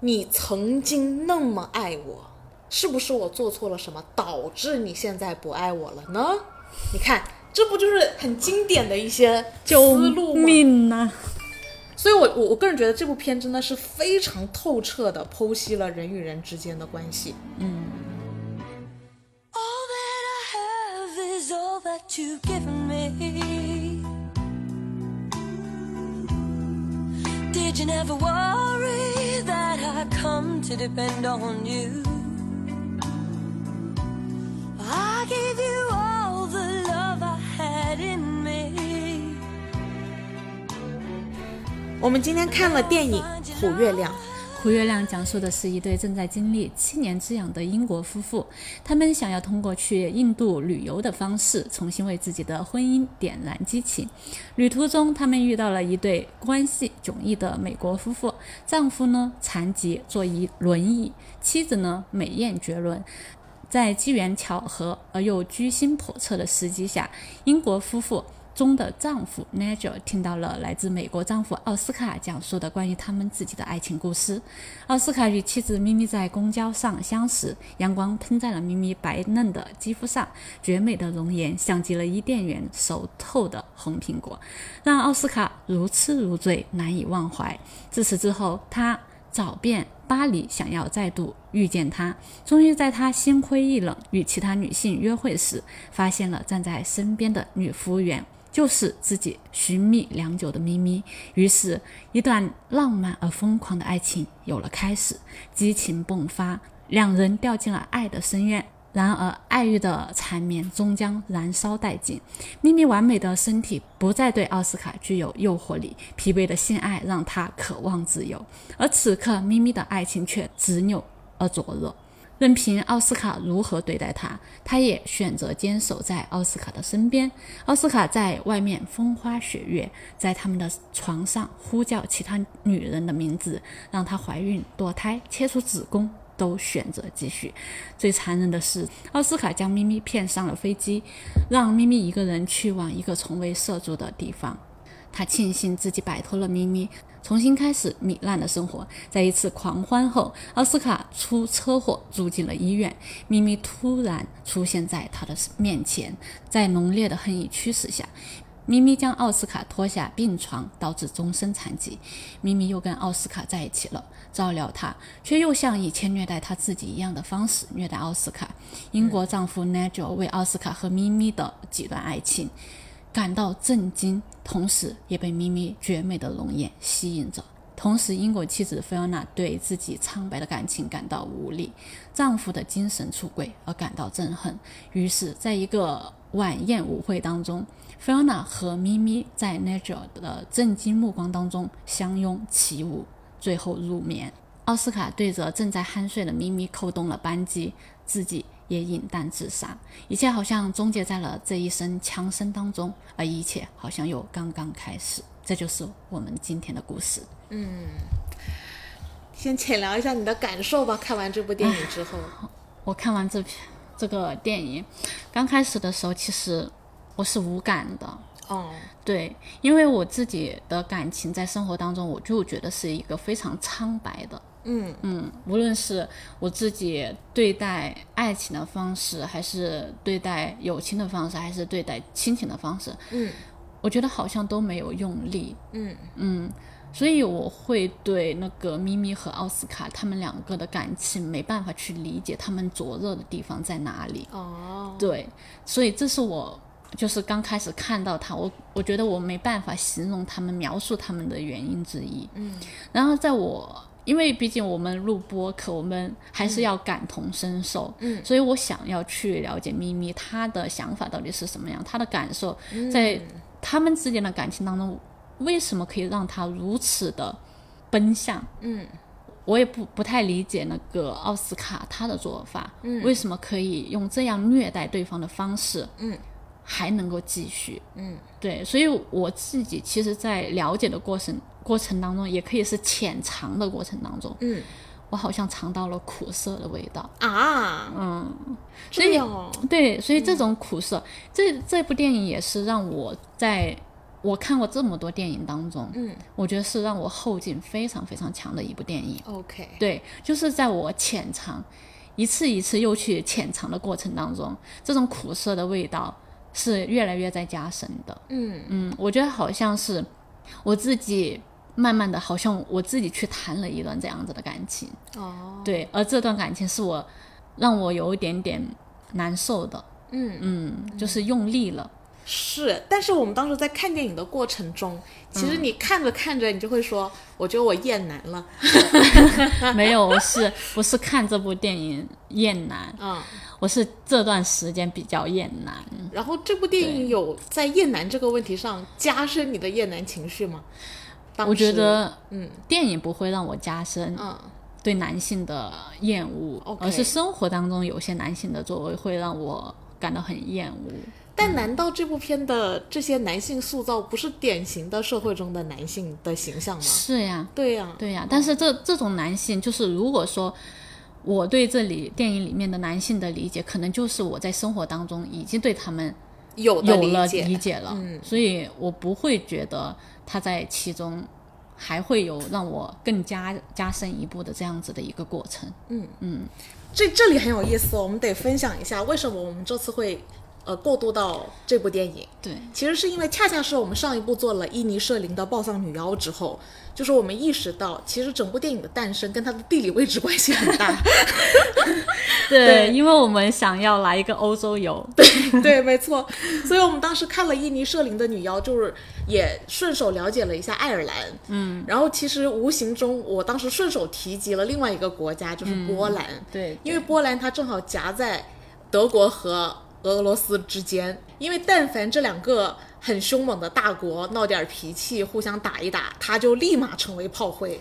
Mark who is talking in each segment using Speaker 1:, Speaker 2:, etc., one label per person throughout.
Speaker 1: 你曾经那么爱我，是不是我做错了什么，导致你现在不爱我了呢？你看，这不就是很经典的一些
Speaker 2: 救
Speaker 1: 思路吗？
Speaker 2: 命呐、
Speaker 1: 所以我，我我个人觉得这部片真的是非常透彻的剖析了人与人之间的关系。
Speaker 3: All that I have is all that you've given me. Did you never worry that I come to depend on you? I gave you all the love I had in me.
Speaker 1: 我们今天看了电影《虎月亮》，
Speaker 2: 胡月亮讲述的是一对正在经历七年之痒的英国夫妇，他们想要通过去印度旅游的方式，重新为自己的婚姻点燃激情。旅途中，他们遇到了一对关系迥异的美国夫妇，丈夫呢残疾，坐一轮椅，妻子呢美艳绝伦。在机缘巧合而又居心叵测的时机下，英国夫妇中的丈夫 Nigel 听到了来自美国丈夫奥斯卡讲述的关于他们自己的爱情故事。奥斯卡与妻子咪咪在公交上相识，阳光喷在了咪咪白嫩的肌肤上，绝美的容颜像极了伊甸园熟透的红苹果，让奥斯卡如痴如醉，难以忘怀。自此之后，他找遍巴黎，想要再度遇见他。终于在他心灰意冷与其他女性约会时，发现了站在身边的女服务员就是自己寻觅良久的咪咪。于是，一段浪漫而疯狂的爱情有了开始，激情迸发，两人掉进了爱的深渊。然而，爱欲的缠绵终将燃烧殆尽。咪咪完美的身体不再对奥斯卡具有诱惑力，疲惫的性爱让他渴望自由。而此刻，咪咪的爱情却执拗而灼热。任凭奥斯卡如何对待她，她也选择坚守在奥斯卡的身边。奥斯卡在外面风花雪月，在他们的床上呼叫其他女人的名字，让她怀孕、堕胎、切除子宫，都选择继续。最残忍的是，奥斯卡将咪咪骗上了飞机，让咪咪一个人去往一个从未涉足的地方。他庆幸自己摆脱了咪咪，重新开始糜烂的生活。在一次狂欢后，奥斯卡出车祸住进了医院，咪咪突然出现在他的面前，在浓烈的恨意驱使下。咪咪将奥斯卡拖下病床，导致终身残疾。咪咪又跟奥斯卡在一起了，照料他，却又像以前虐待他自己一样的方式虐待奥斯卡。英国丈夫 Nigel 为奥斯卡和咪咪的几段爱情感到震惊，同时也被咪咪绝美的容颜吸引着。同时，英国妻子菲欧娜对自己苍白的感情感到无力，丈夫的精神出轨而感到憎恨。于是，在一个晚宴舞会当中，菲欧娜和咪咪在 Nigel 的震惊目光当中相拥起舞，最后入眠。奥斯卡对着正在酣睡的咪咪扣动了扳机，自己也饮弹自杀。一切好像终结在了这一声枪声当中，而一切好像又刚刚开始。这就是我们今天的故事。
Speaker 1: 先浅聊一下你的感受吧。看完这部电影之后，
Speaker 2: 我看完这篇这个电影，刚开始的时候，其实我是无感的，
Speaker 1: 哦，
Speaker 2: 对，因为我自己的感情在生活当中，我就觉得是一个非常苍白的。
Speaker 1: 嗯
Speaker 2: 嗯，无论是我自己对待爱情的方式，还是对待友情的方式，还是对待亲情的方式，
Speaker 1: 嗯
Speaker 2: 我觉得好像都没有用力。
Speaker 1: 嗯
Speaker 2: 嗯，所以我会对那个咪咪和奥斯卡他们两个的感情没办法去理解他们灼热的地方在哪里。
Speaker 1: 哦，
Speaker 2: 对，所以这是我就是刚开始看到他，我我觉得我没办法形容他们描述他们的原因之一。
Speaker 1: 嗯
Speaker 2: 然后在我因为毕竟我们录播客，我们还是要感同身受，
Speaker 1: 嗯
Speaker 2: 所以我想要去了解咪咪她的想法到底是什么样，她的感受
Speaker 1: 嗯
Speaker 2: 在他们之间的感情当中，为什么可以让她如此的奔向？
Speaker 1: 嗯
Speaker 2: 我也不不太理解那个奥斯卡他的做法，
Speaker 1: 嗯
Speaker 2: 为什么可以用这样虐待对方的方式
Speaker 1: 嗯
Speaker 2: 还能够继续？
Speaker 1: 嗯
Speaker 2: 对，所以我自己其实，在了解的过程过程当中，也可以是浅尝的过程当中，
Speaker 1: 嗯
Speaker 2: 我好像尝到了苦涩的味道。
Speaker 1: 啊，
Speaker 2: 嗯，所
Speaker 1: 这
Speaker 2: 以
Speaker 1: 样哦
Speaker 2: 对，所以这种苦涩，这这部电影也是让我在我看过这么多电影当中，
Speaker 1: 嗯
Speaker 2: 我觉得是让我后劲非常非常强的一部电影。
Speaker 1: ，OK，
Speaker 2: 对，就是在我浅尝，一次一次又去浅尝的过程当中，这种苦涩的味道是越来越在加深的。
Speaker 1: 嗯
Speaker 2: 嗯，我觉得好像是我自己慢慢的，好像我自己去谈了一段这样子的感情。
Speaker 1: 哦，
Speaker 2: 对，而这段感情是我让我有一点点难受的。
Speaker 1: 嗯
Speaker 2: 嗯，就是用 力了。
Speaker 1: 是，但是我们当时在看电影的过程中，其
Speaker 2: 嗯
Speaker 1: 实你看着看着，你就会说，我觉得我厌男了，
Speaker 2: 没有，我是不是看这部电影厌男？
Speaker 1: 嗯，
Speaker 2: 我是这段时间比较厌男。
Speaker 1: 然后这部电影有在厌男这个问题上加深你的厌男情绪吗？当时
Speaker 2: 我觉，得
Speaker 1: 嗯
Speaker 2: 电影不会让我加深
Speaker 1: 嗯
Speaker 2: 对男性的厌恶，
Speaker 1: OK
Speaker 2: 而是生活当中有些男性的作为会让我感到很厌恶。
Speaker 1: 但难道这部片的这些男性塑造不是典型的社会中的男性的形象吗？
Speaker 2: 是呀，
Speaker 1: 对啊呀、
Speaker 2: 对呀，但是这这种男性，就是如果说我对这里电影里面的男性的理解，可能就是我在生活当中已经对他们
Speaker 1: 有的
Speaker 2: 有了
Speaker 1: 解，
Speaker 2: 理解了，
Speaker 1: 嗯
Speaker 2: 所以我不会觉得他在其中还会有让我更加加深一步的这样子的一个过程。
Speaker 1: 这这里很有意思哦，我们得分享一下为什么我们这次会呃过渡到这部电影。
Speaker 2: 对，
Speaker 1: 其实是因为恰恰是我们上一部做了伊尼舍林的《暴丧女妖》之后，就是我们意识到，其实整部电影的诞生跟它的地理位置关系很大。
Speaker 2: 对，因为我们想要来一个欧洲游，对，
Speaker 1: 对，没错。所以我们当时看了印尼舍林的女妖，就是也顺手了解了一下爱尔兰。嗯，然后其实无形中，我当时顺手提及了另外一个国家，就是波兰。
Speaker 2: 对
Speaker 1: 因为波兰它正好夹在德国和俄罗斯之间，因为但凡这两个很凶猛的大国闹点脾气，互相打一打，它就立马成为炮灰。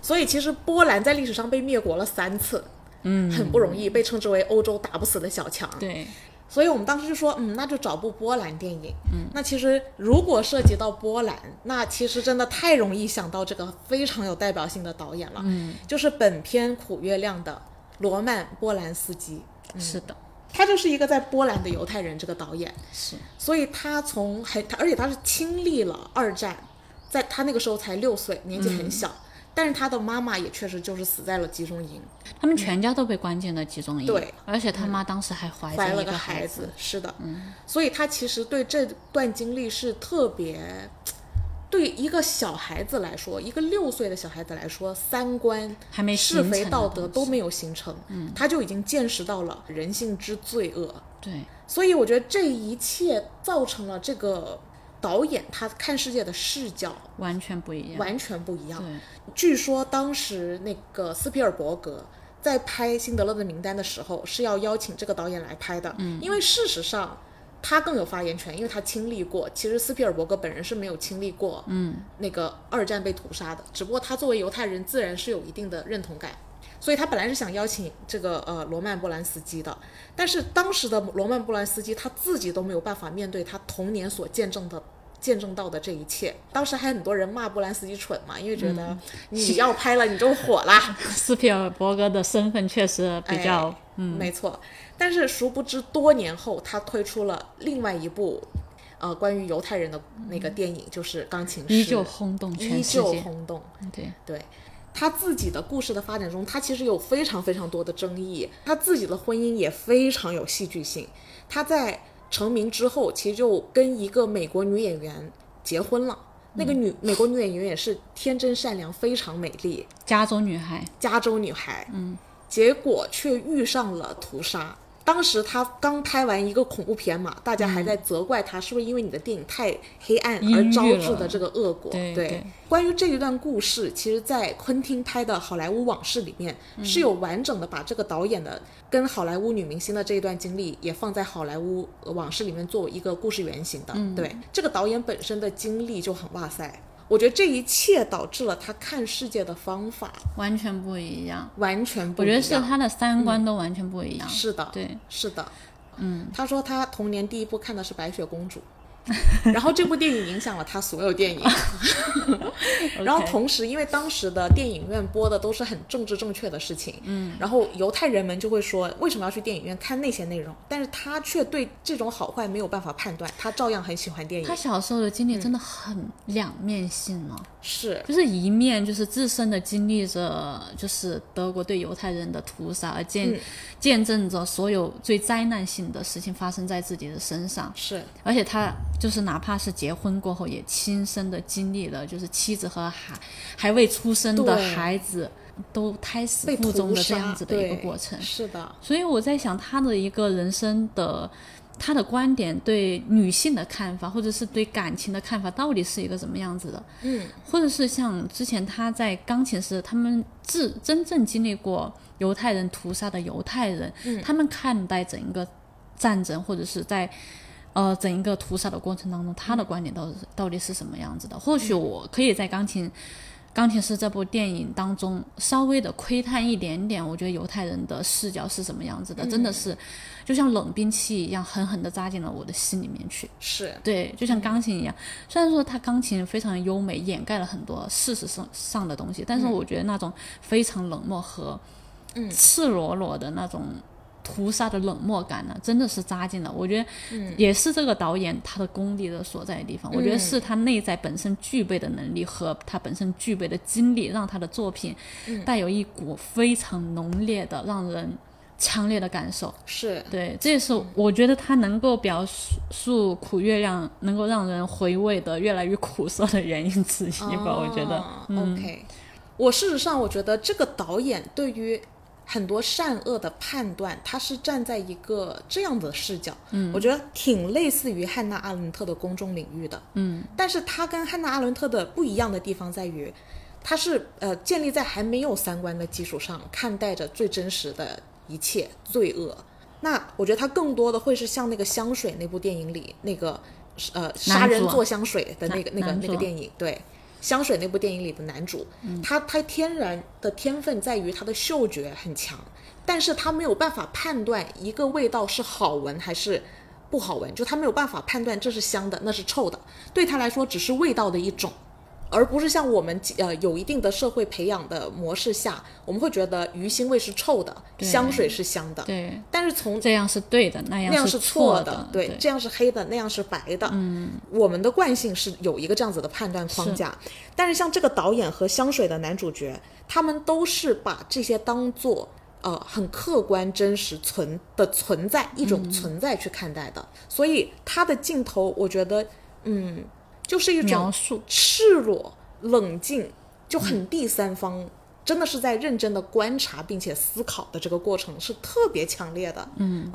Speaker 1: 所以其实波兰在历史上被灭国了三次，嗯，很不容易，被称之为欧洲打不死的小强。
Speaker 2: 对，
Speaker 1: 所以我们当时就说，嗯，那就找部波兰电影。嗯，那其实如果涉及到波兰，那其实真的太容易想到这个非常有代表性的导演了。嗯，就是本片《苦月亮》的罗曼·波兰斯基，
Speaker 2: 是的，
Speaker 1: 他就是一个在波兰的犹太人这个导演，
Speaker 2: 是，
Speaker 1: 所以他从很，他而且他是经历了二战，在他那个时候才六岁，年纪很小，但是他的妈妈也确实就是死在了集中营。
Speaker 2: 他们全家都被关进了集中营，
Speaker 1: 对，
Speaker 2: 而且他妈当时还怀
Speaker 1: 怀
Speaker 2: 着
Speaker 1: 了
Speaker 2: 一个
Speaker 1: 孩
Speaker 2: 子，，嗯
Speaker 1: 是的，所以他其实对这段经历是特别，对一个小孩子来说，一个六岁的小孩子来说，三观
Speaker 2: 还没
Speaker 1: 是
Speaker 2: 形
Speaker 1: 非
Speaker 2: 成的
Speaker 1: 道德
Speaker 2: 东
Speaker 1: 都
Speaker 2: 西嗯
Speaker 1: 没有形成，他就已经见识到了人性之罪恶，
Speaker 2: 对，
Speaker 1: 所以我觉得这一切造成了这个导演他看世界的视角
Speaker 2: 完全不一样，
Speaker 1: 完全不一样。
Speaker 2: 对，
Speaker 1: 据说当时那个斯皮尔伯格在拍《辛德勒的名单》的时候，是要邀请这个导演来拍的，因为事实上他更有发言权，因为他经历过。其实斯皮尔伯格本人是没有经历过，嗯，那个二战被屠杀的，只不过他作为犹太人，自然是有一定的认同感。所以他本来是想邀请这个呃罗曼·波兰斯基的，但是当时的罗曼·波兰斯基他自己都没有办法面对他童年所见证的。见证到的这一切，当时还很多人骂波兰斯基蠢嘛，因为觉
Speaker 2: 嗯
Speaker 1: 得你要拍了你就火 啦，
Speaker 2: 斯皮尔伯格的身份确实比较，嗯
Speaker 1: 哎、没错。但是殊不知，多年后他推出了另外一部，呃，关于犹太人的那个电影，就是《钢琴师》，
Speaker 2: 嗯依旧轰动全
Speaker 1: 依
Speaker 2: 世
Speaker 1: 旧
Speaker 2: 界，
Speaker 1: 轰动。
Speaker 2: 对，
Speaker 1: 对他自己的故事的发展中，他其实有非常非常多的争议，他自己的婚姻也非常有戏剧性。他在成名之后，其实就跟一个美国女演员结婚了。那个女美国女演员也是天真善良，非常美丽，
Speaker 2: 加州女孩，
Speaker 1: 加州女孩。嗯，结果却遇上了屠杀。当时她刚拍完一个恐怖片嘛，大家还在责怪她是不是因为你的电影太黑暗
Speaker 2: 嗯阴郁
Speaker 1: 而招致
Speaker 2: 了
Speaker 1: 的这个恶果。
Speaker 2: 对对
Speaker 1: 关于这一段故事，其实，在昆汀拍的《好莱坞往事》里面、
Speaker 2: 嗯
Speaker 1: 是有完整的把这个导演的跟好莱坞女明星的这一段经历也放在《好莱坞往事》里面作为一个故事原型的。
Speaker 2: 嗯
Speaker 1: 对，这个导演本身的经历就很哇塞。我觉得这一切导致了他看世界的方法
Speaker 2: 完全不一样。嗯
Speaker 1: 完全不
Speaker 2: 我
Speaker 1: 一
Speaker 2: 觉
Speaker 1: 样。
Speaker 2: 得是他的三观都完全不一样。
Speaker 1: 是的，
Speaker 2: 对，
Speaker 1: 是的，嗯，他说他童年第一部看的是《白雪公主》， 然后这部电影影响了他所有电影，然后同时因为当时的电影院播的都是很政治正确的事情，嗯，然后犹太人们就会说为什么要去电影院看那些内容？但是他却对这种好坏没有办法判断，他照样很喜欢电影
Speaker 2: 他。小时候的经历真的很两面性哦，
Speaker 1: 是，
Speaker 2: 就是一面就是自身的经历着就是德国对犹太人的屠杀，而见、
Speaker 1: 嗯
Speaker 2: 见证着所有最灾难性的事情发生在自己的身上，
Speaker 1: 是，
Speaker 2: 而且他就是哪怕是结婚过后，也亲身的经历了，就是妻子和还还未出生的
Speaker 1: 对
Speaker 2: 孩子都胎死
Speaker 1: 被
Speaker 2: 腹中
Speaker 1: 屠
Speaker 2: 的这
Speaker 1: 杀
Speaker 2: 样子的一个
Speaker 1: 对
Speaker 2: 过程。
Speaker 1: 是的，
Speaker 2: 所以我在想他的一个人生的。他的观点对女性的看法，或者是对感情的看法，到底是一个怎么样子的？
Speaker 1: 嗯，
Speaker 2: 或者是像之前他在钢琴师，他们自真正经历过犹太人屠杀的犹太人，他们看待整一个战争，或者是在呃整一个屠杀的过程当中，他的观点到底是到底是什么样子的？或许我可以在钢琴。钢琴师这部电影当中，稍微的窥探一点点，我觉得犹太人的视角是什么样子的，真的是就像冷兵器一样，狠狠的扎进了我的心里面去。
Speaker 1: 是，
Speaker 2: 对，就像钢琴一样，虽然说它钢琴非常优美，掩盖了很多事实上上的东西，但是我觉得那种非常冷漠和赤裸裸的那种屠杀的冷漠感呢，真的是扎进了。我觉得也是这个导演他的功力的所在的地方，我觉得是他内在本身具备的能力和他本身具备的经历，让他的作品带有一股非常浓烈的让人强烈的感受。
Speaker 1: 是，
Speaker 2: 对，这也是我觉得他能够表述苦月亮，能够让人回味的越来越苦涩的原因之一吧。我觉得，
Speaker 1: 啊
Speaker 2: 嗯
Speaker 1: OK，我事实上我觉得这个导演对于很多善恶的判断，他是站在一个这样的视角，嗯，我觉得挺类似于汉娜·阿伦特的公众领域的，嗯，但是他跟汉娜·阿伦特的不一样的地方在于。他是呃建立在还没有三观的基础上，看待着最真实的一切罪恶。那我觉得他更多的会是像那个香水那部电影里那个呃杀人
Speaker 2: 男主啊
Speaker 1: 做香水的那个那个
Speaker 2: 男
Speaker 1: 那个
Speaker 2: 主啊
Speaker 1: 电影，对，香水那部电影里的男主，他他天然的天分在于他的嗅觉很强，但是他没有办法判断一个味道是好闻还是。不好闻，就他没有办法判断这是香的，那是臭的，对他来说只是味道的一种，而不是像我们呃有一定的社会培养的模式下，我们会觉得鱼腥味是臭的，香水是香的。
Speaker 2: 对，
Speaker 1: 但是从
Speaker 2: 这样是对的，那
Speaker 1: 那样
Speaker 2: 是
Speaker 1: 是错
Speaker 2: 的，
Speaker 1: 对，这样是黑的，那样是白的。嗯，我们的惯性是有一个这样子的判断框架，但是像这个导演和香水的男主角，他们都是把这些当做呃很客观、真实存的存在一种存在去看待的，所以他的镜头，我觉得，嗯，就是一
Speaker 2: 描
Speaker 1: 种
Speaker 2: 述
Speaker 1: 赤裸、冷静，就很第三方，真的是在认真的观察并且思考的这个过程是特别强烈的。嗯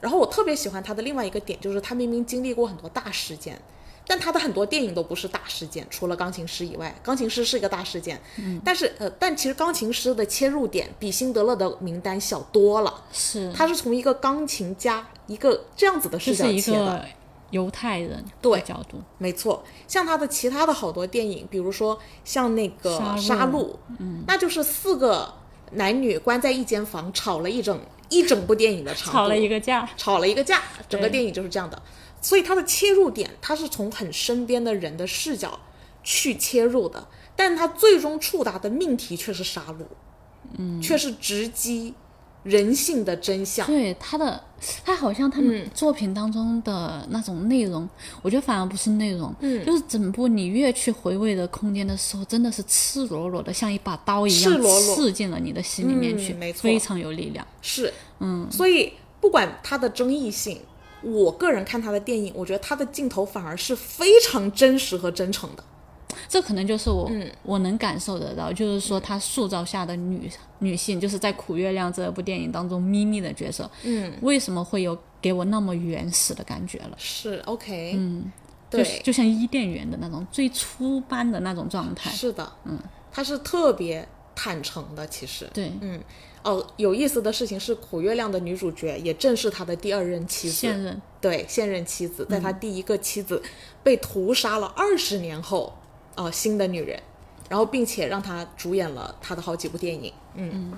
Speaker 1: 然后我特别喜欢他的另外一个点就是他明明经历过很多大事件。但他的很多电影都不是大事件，除了钢琴师以外，钢琴师是一个大事件，嗯、但是呃，但其实钢琴师的切入点比辛德勒的名单小多了，
Speaker 2: 是，
Speaker 1: 他是从一个钢琴家一个这样子的
Speaker 2: 这
Speaker 1: 视角
Speaker 2: 是一
Speaker 1: 切的，
Speaker 2: 个犹太人的
Speaker 1: 对
Speaker 2: 角度，
Speaker 1: 没错，像他的其他的好多电影，比如说像那个
Speaker 2: 杀
Speaker 1: 《
Speaker 2: 戮
Speaker 1: 杀戮》，嗯，那就是四个男女关在一间房吵了一整一整部电影的长度，
Speaker 2: 吵了一个架，
Speaker 1: 吵了一个架，整个
Speaker 2: 对
Speaker 1: 电影就是这样的。所以它的切入点，它是从很身边的人的视角去切入的，但它最终触达的命题却是杀戮，嗯，却是直击人性的真相。
Speaker 2: 对他的，他好像他
Speaker 1: 嗯
Speaker 2: 们作品当中的那种内容，我觉得反而不是内容，
Speaker 1: 嗯
Speaker 2: 就是整部你越去回味的空间的时候，真的是赤裸裸的，像一把刀一样
Speaker 1: 赤裸裸
Speaker 2: 刺进了你的心里面去，
Speaker 1: 嗯没错
Speaker 2: 非常有力量。
Speaker 1: 是，嗯，所以不管它的争议性，我个人看他的电影，我觉得他的镜头反而是非常真实和真诚的。
Speaker 2: 这可能就是我、
Speaker 1: 嗯
Speaker 2: 我能感受得到，就是说他塑造下的女女性，就是在《苦月亮》这部电影当中咪咪的角色，嗯，为什么会有给我那么原始的感觉了？
Speaker 1: 是，OK，嗯，对，
Speaker 2: 就是就像伊甸园的那种最初般的那种状态，
Speaker 1: 是的，嗯，他是特别坦诚的，其实，
Speaker 2: 对，
Speaker 1: 嗯，哦，有意思的事情是，苦月亮的女主角也正是他的第二任妻子，
Speaker 2: 现任。
Speaker 1: 对现任妻子，在他第一个妻子被屠杀了二十年后，呃，新的女人，然后并且让他主演了他的好几部电影，嗯，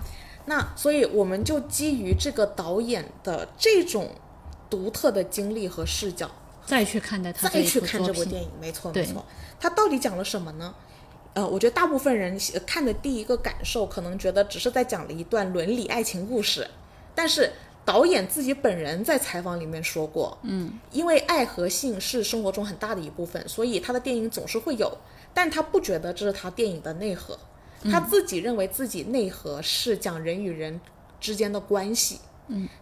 Speaker 1: 那所以我们就基于这个导演的这种独特的经历和视角。
Speaker 2: 再去看待他
Speaker 1: 再
Speaker 2: 一
Speaker 1: 去
Speaker 2: 部
Speaker 1: 看
Speaker 2: 作
Speaker 1: 这部
Speaker 2: 品。哦
Speaker 1: 电影，没错
Speaker 2: 对
Speaker 1: 没错。它到底讲了什么呢？呃，我觉得大部分人呃看的第一个感受，可能觉得只是在讲了一段伦理爱情故事，但是导演自己本人在采访里面说过，嗯，因为爱和性是生活中很大的一部分，所以他的电影总是会有，但他不觉得这是他电影的内核，
Speaker 2: 嗯
Speaker 1: 他自己认为自己内核是讲人与人之间的关系，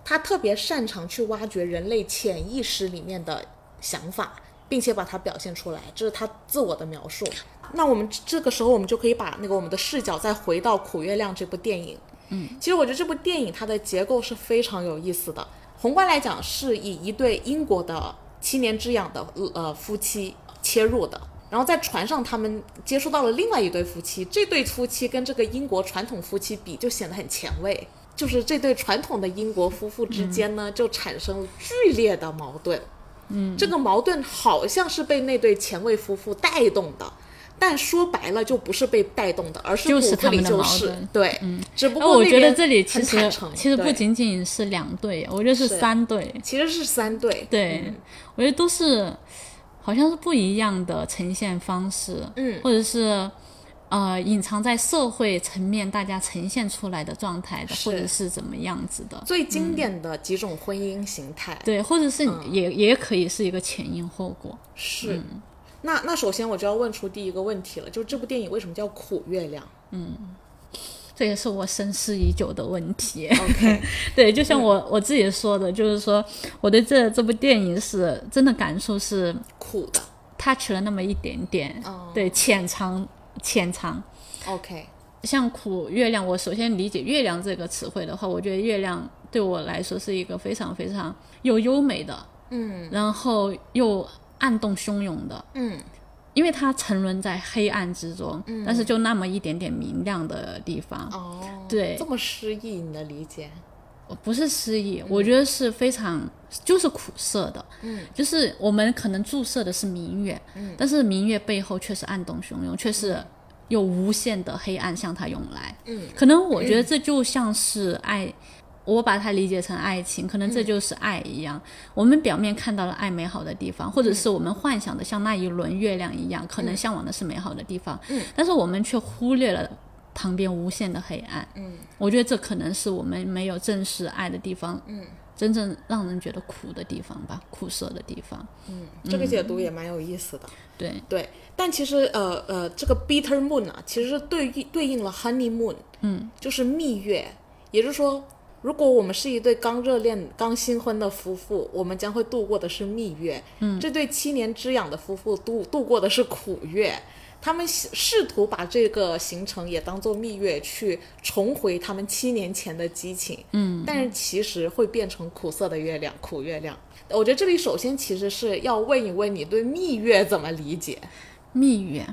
Speaker 1: 他特别擅长去挖掘人类潜意识里面的想法，并且把它表现出来，这是他自我的描述。那我们这个时候，我们就可以把那个我们的视角再回到《苦月亮》这部电影。嗯，其实我觉得这部电影它的结构是非常有意思的。宏观来讲，是以一对英国的七年之痒的呃夫妻切入的。然后在船上，他们呃接触到了另外一对夫妻。这对夫妻跟这个英国传统夫妻比，就显得很前卫。就是这对传统的英国夫妇之间
Speaker 2: 嗯
Speaker 1: 呢，就产生了剧烈的矛盾。嗯，这个矛盾好像是被那对前卫夫妇带动的，但说白了就不是被带动的，而是
Speaker 2: 就
Speaker 1: 骨
Speaker 2: 是
Speaker 1: 子
Speaker 2: 他
Speaker 1: 里
Speaker 2: 们的
Speaker 1: 就
Speaker 2: 矛
Speaker 1: 是
Speaker 2: 盾嗯
Speaker 1: 对。只不
Speaker 2: 那
Speaker 1: 过
Speaker 2: 哦我
Speaker 1: 那
Speaker 2: 觉得
Speaker 1: 边
Speaker 2: 这里其
Speaker 1: 很
Speaker 2: 实
Speaker 1: 坦诚
Speaker 2: 其实不
Speaker 1: 对
Speaker 2: 仅仅是两对，我觉得是
Speaker 1: 是
Speaker 2: 三对。
Speaker 1: 其实是三对。
Speaker 2: 对，我觉得都是好像是不一样的呈现方式，嗯，或者是呃隐藏在社会层面大家呈现出来的状态的，
Speaker 1: 是
Speaker 2: 或者是怎么样子的，
Speaker 1: 最经典的几种婚姻形态。
Speaker 2: 对，或者是
Speaker 1: 嗯
Speaker 2: 也、也可以是一个前因后果，
Speaker 1: 是。
Speaker 2: 嗯
Speaker 1: 那那首先我就要问出第一个问题了，就是这部电影为什么叫苦月亮？
Speaker 2: 这也是我深思已久的问题。
Speaker 1: OK
Speaker 2: 对，就像我、我自己说的，就是说我对这这部电影是真的感受是
Speaker 1: 苦的
Speaker 2: touch 了那么一点点，
Speaker 1: 哦
Speaker 2: 对，浅尝浅尝。
Speaker 1: ，OK，
Speaker 2: 像苦月亮，我首先理解“月亮”这个词汇的话，我觉得月亮对我来说是一个非常非常又优美的，嗯，然后又暗动汹涌的，
Speaker 1: 嗯，
Speaker 2: 因为它沉沦在黑暗之中，嗯，但是就那么一点点明亮的地方，
Speaker 1: 哦，
Speaker 2: 对
Speaker 1: 这么诗意，你的理解？
Speaker 2: 不是诗意，我觉得是非常就是苦涩的，嗯，就是我们可能注射的是明月，嗯，但是明月背后却是暗动汹涌，却是有无限的黑暗向它涌来，嗯，可能我觉得这就像是爱，我把它理解成爱情，可能这就是爱一样，我们表面看到了爱美好的地方，或者是我们幻想的像那一轮月亮一样，可能向往的是美好的地方，嗯，但是我们却忽略了旁边无限的黑暗，嗯，我觉得这可能是我们没有正视爱的地方，嗯，真正让人觉得苦的地方吧，苦涩的地方，嗯
Speaker 1: 这个解读也蛮有意思的。
Speaker 2: 对，
Speaker 1: 对，但其实呃呃，这个 bitter moon 啊，其实是对应对应了 honey moon，嗯，就是蜜月。也就是说，如果我们是一对刚热恋、刚新婚的夫妇，我们将会度过的是蜜月。嗯，这对七年之痒的夫妇度度过的是苦月。他们试试图把这个行程也当做蜜月，去重回他们七年前的激情。嗯，但是其实会变成苦涩的月亮，苦月亮。我觉得这里首先其实是要问一问你对蜜月怎么理解？
Speaker 2: 蜜月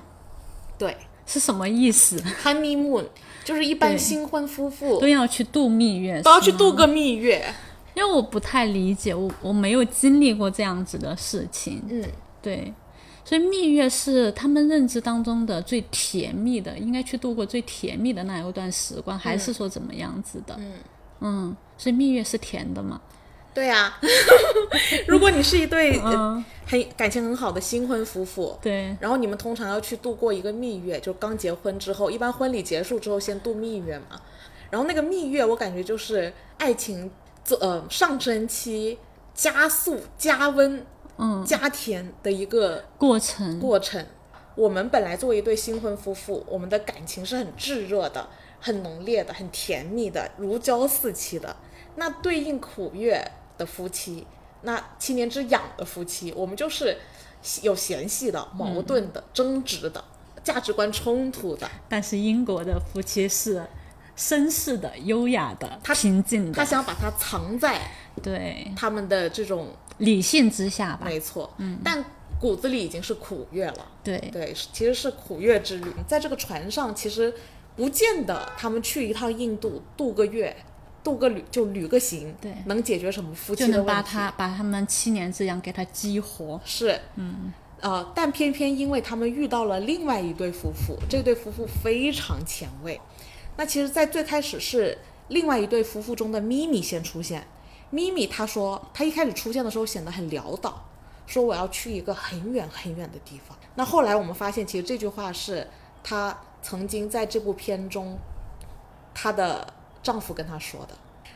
Speaker 1: 对
Speaker 2: 是什么意思？
Speaker 1: ，honeymoon 就是一般
Speaker 2: 对
Speaker 1: 新婚夫妇
Speaker 2: 都要去度蜜月，
Speaker 1: 都要去
Speaker 2: 是吗
Speaker 1: 度个蜜月。
Speaker 2: 因为我不太理解，我我没有经历过这样子的事情，
Speaker 1: 嗯，
Speaker 2: 对，所以蜜月是他们认知当中的最甜蜜的，应该去度过最甜蜜的那一段时
Speaker 1: 嗯
Speaker 2: 光，还是说怎么样子的？嗯所以蜜月是甜的嘛？
Speaker 1: 对呀、啊，如果你是一对、呃很感情很好的新婚夫妇，
Speaker 2: 对，
Speaker 1: 然后你们通常要去度过一个蜜月，就刚结婚之后，一般婚礼结束之后先度蜜月嘛。然后那个蜜月，我感觉就是爱情这呃上升期加速加温，嗯，加甜的一个
Speaker 2: 过程
Speaker 1: 过程。我们本来作为一对新婚夫妇，我们的感情是很炙热的、很浓烈的、很甜蜜的，如胶似漆的。那对应苦月的夫妻，那七年之痒的夫妻，我们就是有嫌隙的、矛盾的、争执的、价值观冲突的。
Speaker 2: 但是英国的夫妻是绅士的、优雅的、
Speaker 1: 他
Speaker 2: 平静
Speaker 1: 他
Speaker 2: 的，
Speaker 1: 想把它藏在
Speaker 2: 对，
Speaker 1: 他们的这种，
Speaker 2: 理性之下吧，
Speaker 1: 没错，嗯，但骨子里已经是苦月了。
Speaker 2: 对，
Speaker 1: 对，是其实是苦月之旅。在这个船上，其实不见得他们去一趟印度度个月、度个旅就旅个行，
Speaker 2: 对
Speaker 1: 能解决什么夫
Speaker 2: 就
Speaker 1: 妻的
Speaker 2: 能
Speaker 1: 问
Speaker 2: 把
Speaker 1: 题？
Speaker 2: 他把他们七年之痒给他激活，
Speaker 1: 是，嗯，呃，但偏偏因为他们遇到了另外一对夫妇，这对夫妇非常前卫。那其实，在最开始是另外一对夫妇中的咪咪先出现。咪咪她说，她一开始出现的时候显得很潦倒，说我要去一个很远很远的地方。那后来我们发现，其实这句话是她曾经在这部片中，她的丈夫跟她说的。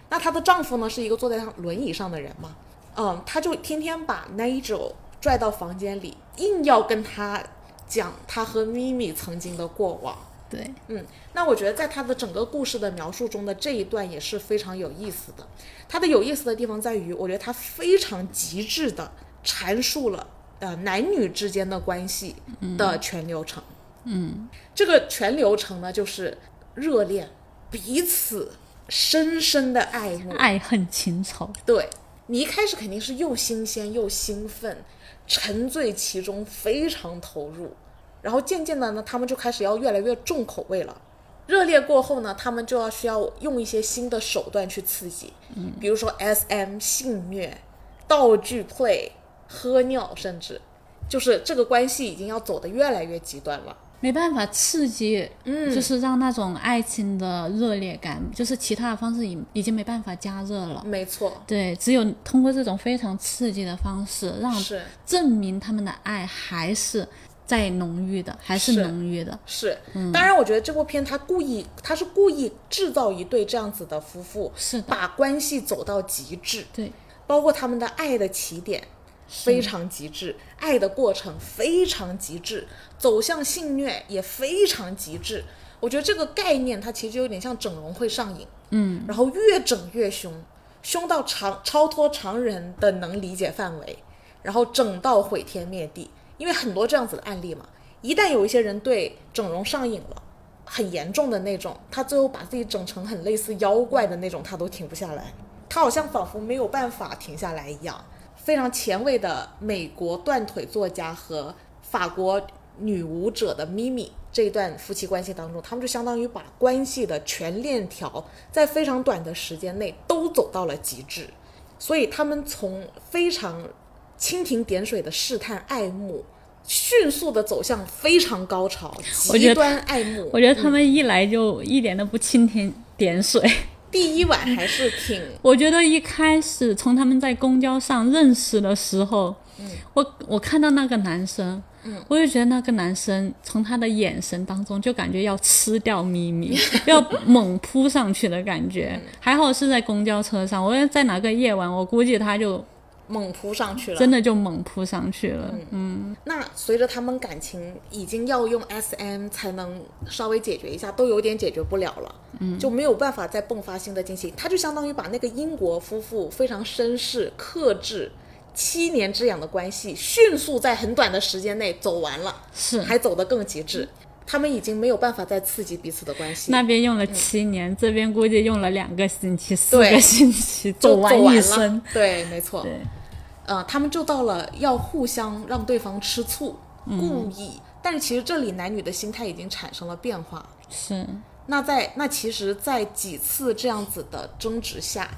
Speaker 1: 那她的丈夫呢，是一个坐在上轮椅上的人嘛，嗯，她就天天把 Nigel 拽到房间里，硬要跟他讲她和咪咪曾经的过往。
Speaker 2: 对，
Speaker 1: 嗯，那我觉得在他的整个故事的描述中的这一段也是非常有意思的。他的有意思的地方在于，我觉得他非常极致的阐述了呃男女之间的关系的全流程。
Speaker 2: 嗯，
Speaker 1: 这个全流程呢，就是热恋，彼此深深的爱慕，
Speaker 2: 爱恨情仇，
Speaker 1: 对你一开始肯定是又新鲜又兴奋，沉醉其中，非常投入。然后渐渐的呢，他们就开始要越来越重口味了。热烈过后呢，他们就要需要用一些新的手段去刺激，嗯，比如说 SM 性虐、道具 play、喝尿，甚至就是这个关系已经要走得越来越极端了。
Speaker 2: 没办法刺激，嗯，就是让那种爱情的热烈感，就是其他的方式已已经没办法加热了。
Speaker 1: 没错，
Speaker 2: 对，只有通过这种非常刺激的方式，让
Speaker 1: 是
Speaker 2: 证明他们的爱还是在浓郁的，还是
Speaker 1: 是
Speaker 2: 浓郁的。
Speaker 1: 是，
Speaker 2: 嗯
Speaker 1: 当然，我觉得这部片他故意，他是故意制造一对这样子的夫妇，
Speaker 2: 是的
Speaker 1: 把关系走到极致，
Speaker 2: 对，
Speaker 1: 包括他们的爱的起点非常极致，爱的过程非常极致，走向性虐也非常极致。我觉得这个概念它其实有点像整容会上瘾，嗯，然后越整越凶，凶到常超脱常人的能理解范围，然后整到毁天灭地。因为很多这样子的案例嘛，一旦有一些人对整容上瘾了。很严重的那种，他最后把自己整成很类似妖怪的那种，他都停不下来。他好像仿佛没有办法停下来一样。非常前卫的美国断腿作家和法国女舞者的咪咪这一段夫妻关系当中，他们就相当于把关系的全链条在非常短的时间内都走到了极致，所以他们从非常蜻蜓点水的试探爱慕。迅速的走向非常高潮，
Speaker 2: 我觉
Speaker 1: 极
Speaker 2: 得
Speaker 1: 端爱慕。
Speaker 2: 我觉得他们一来就一点都不蜻蜓点水。
Speaker 1: 第一晚还是挺
Speaker 2: 我觉得一开始从他们在公交上认识的时候，我我看到那个男生，我就觉得那个男生从他的眼神当中就感觉要吃掉咪 咪，要猛扑上去的感觉。还好是在公交车上，我要在哪个夜晚，我估计他就
Speaker 1: 猛扑上去了，
Speaker 2: 真的就猛扑上去了。嗯，
Speaker 1: 那随着他们感情已经要用 SM 才能稍微解决一下，都有点解决不了了，嗯，就没有办法再迸发新的惊喜。他就相当于把那个英国夫妇非常绅士、克制、七年之痒的关系，迅速在很短的时间内走完了，
Speaker 2: 是
Speaker 1: 还走得更极致。他们已经没有办法再刺激彼此的关系，
Speaker 2: 那边用了七年，这边估计用了两个星期、四
Speaker 1: 对
Speaker 2: 个星期，
Speaker 1: 就
Speaker 2: 完
Speaker 1: 走
Speaker 2: 一
Speaker 1: 了
Speaker 2: 生。。
Speaker 1: 对，没错。
Speaker 2: 对，
Speaker 1: 呃，他们就到了要互相让对方吃醋，
Speaker 2: 嗯
Speaker 1: 故意。但是其实这里男女的心态已经产生了变化。
Speaker 2: 是
Speaker 1: 那在那其实，在几次这样子的争执下，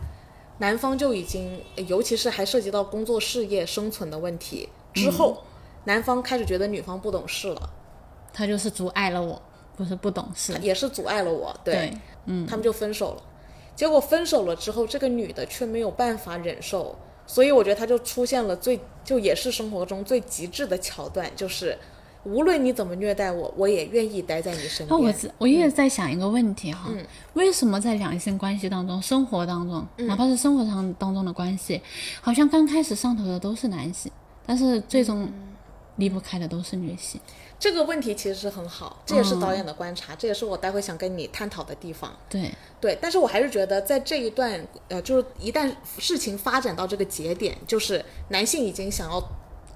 Speaker 1: 男方就已经，呃尤其是还涉及到工作、事业、生存的问题之后，
Speaker 2: 嗯
Speaker 1: 男方开始觉得女方不懂事了，
Speaker 2: 他就是阻碍了我，不是不懂事。
Speaker 1: 也是阻碍了我，对，
Speaker 2: 对，
Speaker 1: 嗯，他们就分手了。结果分手了之后，这个女的却没有办法忍受，所以我觉得她就出现了最，就也是生活中最极致的桥段，就是无论你怎么虐待我，我也愿意待在你身
Speaker 2: 那
Speaker 1: 边。
Speaker 2: 哦我只我一
Speaker 1: 嗯
Speaker 2: 直在想一个问题哈，为什么在两性关系当中、生活当中，
Speaker 1: 嗯
Speaker 2: 哪怕是生活上当中的关系，好像刚开始上头的都是男性，但是最
Speaker 1: 嗯
Speaker 2: 终离不开的都是女性？
Speaker 1: 这个问题其实是很好，这也是导演的观察，这也是我待会想跟你探讨的地方。
Speaker 2: 对，
Speaker 1: 对，但是我还是觉得在这一段，呃，就是一旦事情发展到这个节点，就是男性已经想要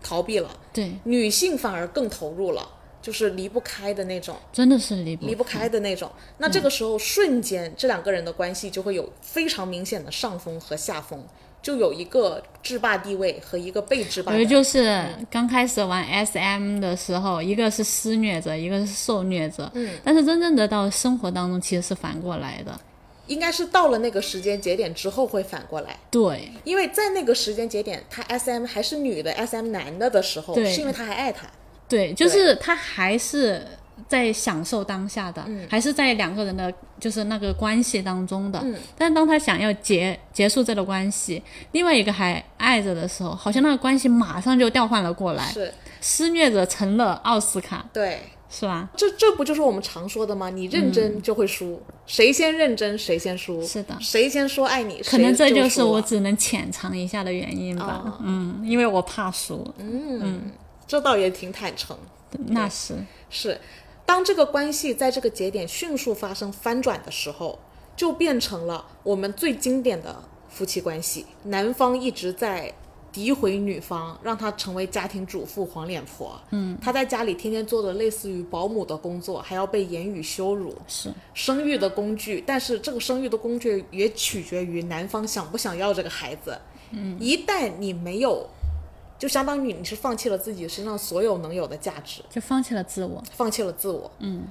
Speaker 1: 逃避了，
Speaker 2: 对，
Speaker 1: 女性反而更投入了，就是离不开的那种，
Speaker 2: 真的是离不
Speaker 1: 离不开的那种。那这个时候瞬间，这两个人的关系就会有非常明显的上风和下风，就有一个制霸地位和一个被制霸
Speaker 2: 我
Speaker 1: 的嗯
Speaker 2: 觉得就是刚开始玩 SM 的时候，一个是施虐者，一个是受虐者，嗯，但是真正的到生活当中其实是反过来的，
Speaker 1: 应该是到了那个时间节点之后会反过来。
Speaker 2: 对，
Speaker 1: 因为在那个时间节点，他 S M 还是女的，S M 男的的时候，
Speaker 2: 对
Speaker 1: 是因为他还爱他，
Speaker 2: 对，就是他还是在享受当下的，
Speaker 1: 嗯
Speaker 2: 还是在两个人的就是那个关系当中
Speaker 1: 嗯
Speaker 2: 的。但当他想要结结束这个关系，另外一个还爱着的时候，好像那个关系马上就调换了过来，
Speaker 1: 是
Speaker 2: 施虐者成了奥斯卡，
Speaker 1: 对。
Speaker 2: 是吧？
Speaker 1: 这这不就是我们常说的吗？你认真就会输，谁先认真谁先输。
Speaker 2: 嗯是的
Speaker 1: 谁先说爱你，
Speaker 2: 可能这
Speaker 1: 谁就
Speaker 2: 就是
Speaker 1: 输
Speaker 2: 我
Speaker 1: 了
Speaker 2: 只能浅尝一下的原因吧。
Speaker 1: 哦嗯
Speaker 2: 嗯，因为我怕输。
Speaker 1: 这倒也挺坦诚。
Speaker 2: 那是
Speaker 1: 是，当这个关系在这个节点迅速发生翻转的时候，就变成了我们最经典的夫妻关系。男方一直在诋毁女方，让她成为家庭主妇、黄脸婆。嗯，她在家里天天做着类似于保姆的工作，还要被言语羞辱。
Speaker 2: 是
Speaker 1: 生育的工具，但是这个生育的工具也取决于男方想不想要这个孩子。嗯，一旦你没有，就相当于你是放弃了自己身上所有能有的价值，
Speaker 2: 就放弃了自我。
Speaker 1: 放弃了自我。嗯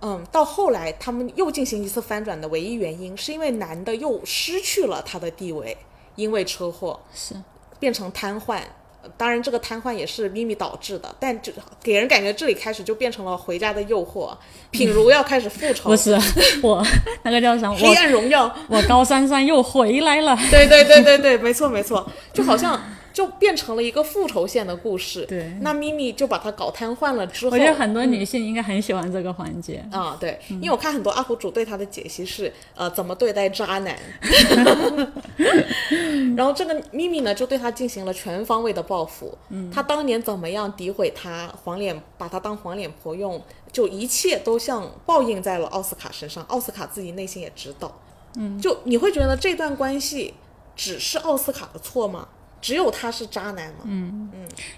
Speaker 1: 嗯，到后来他们又进行一次翻转的唯一原因，是因为男的又失去了他的地位，因为车祸
Speaker 2: 是
Speaker 1: 变成瘫痪。呃当然，这个瘫痪也是咪咪导致的，但就给人感觉这里开始就变成了回家的诱惑，品如要开始复仇，
Speaker 2: 不是我那个叫 什么？
Speaker 1: 黑
Speaker 2: 我
Speaker 1: 暗荣耀。
Speaker 2: 我高珊珊又回来了。
Speaker 1: 对对对对对，没错没错，就好像就变成了一个复仇线的故事。
Speaker 2: 对
Speaker 1: 那咪咪就把他搞瘫痪了之后，嗯
Speaker 2: 我觉得很多女性应该很喜欢这个环节。
Speaker 1: 啊、对，因为我看很多 UP 主对他的解析是，呃，怎么对待渣 男。然后这个咪咪呢，就对他进行了全方位的报复。嗯，他当年怎么样诋毁他，黄脸把他当黄脸婆用，就一切都像报应在了奥斯卡身上。奥斯卡自己内心也知道。嗯，就你会觉得这段关系只是奥斯卡的错吗？只有他是渣男吗？嗯，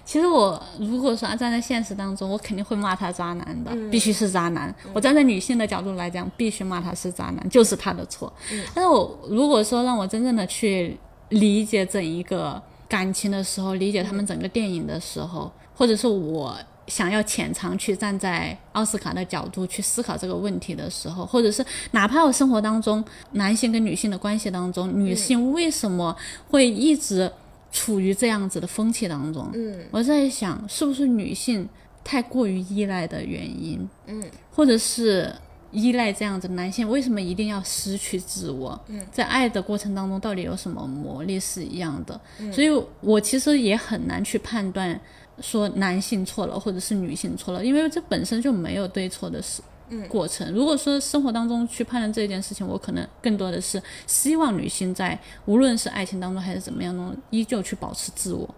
Speaker 2: 其实我如果说站在现实当中，我肯定会骂他渣男的，必须是渣男。我站在女性的角度来讲，必须骂他是渣男，就是他的错。但是我如果说让我真正的去理解整一个感情的时候，理解他们整个电影的时候，或者是我想要浅尝去站在奥斯卡的角度去思考这个问题的时候，或者是哪怕我生活当中男性跟女性的关系当中，女性为什么会一直处于这样子的风气当中？嗯，我在想是不是女性太过于依赖的原因？嗯，或者是。依赖这样子的男性为什么一定要失去自我？嗯，在爱的过程当中，到底有什么魔力是一样的？所以我其实也很难去判断说男性错了或者是女性错了，因为这本身就没有对错的事。过程，如果说生活当中去判断这件事情，我可能更多的是希望女性在无论是爱情当中还是怎么样中，依旧去保持自我，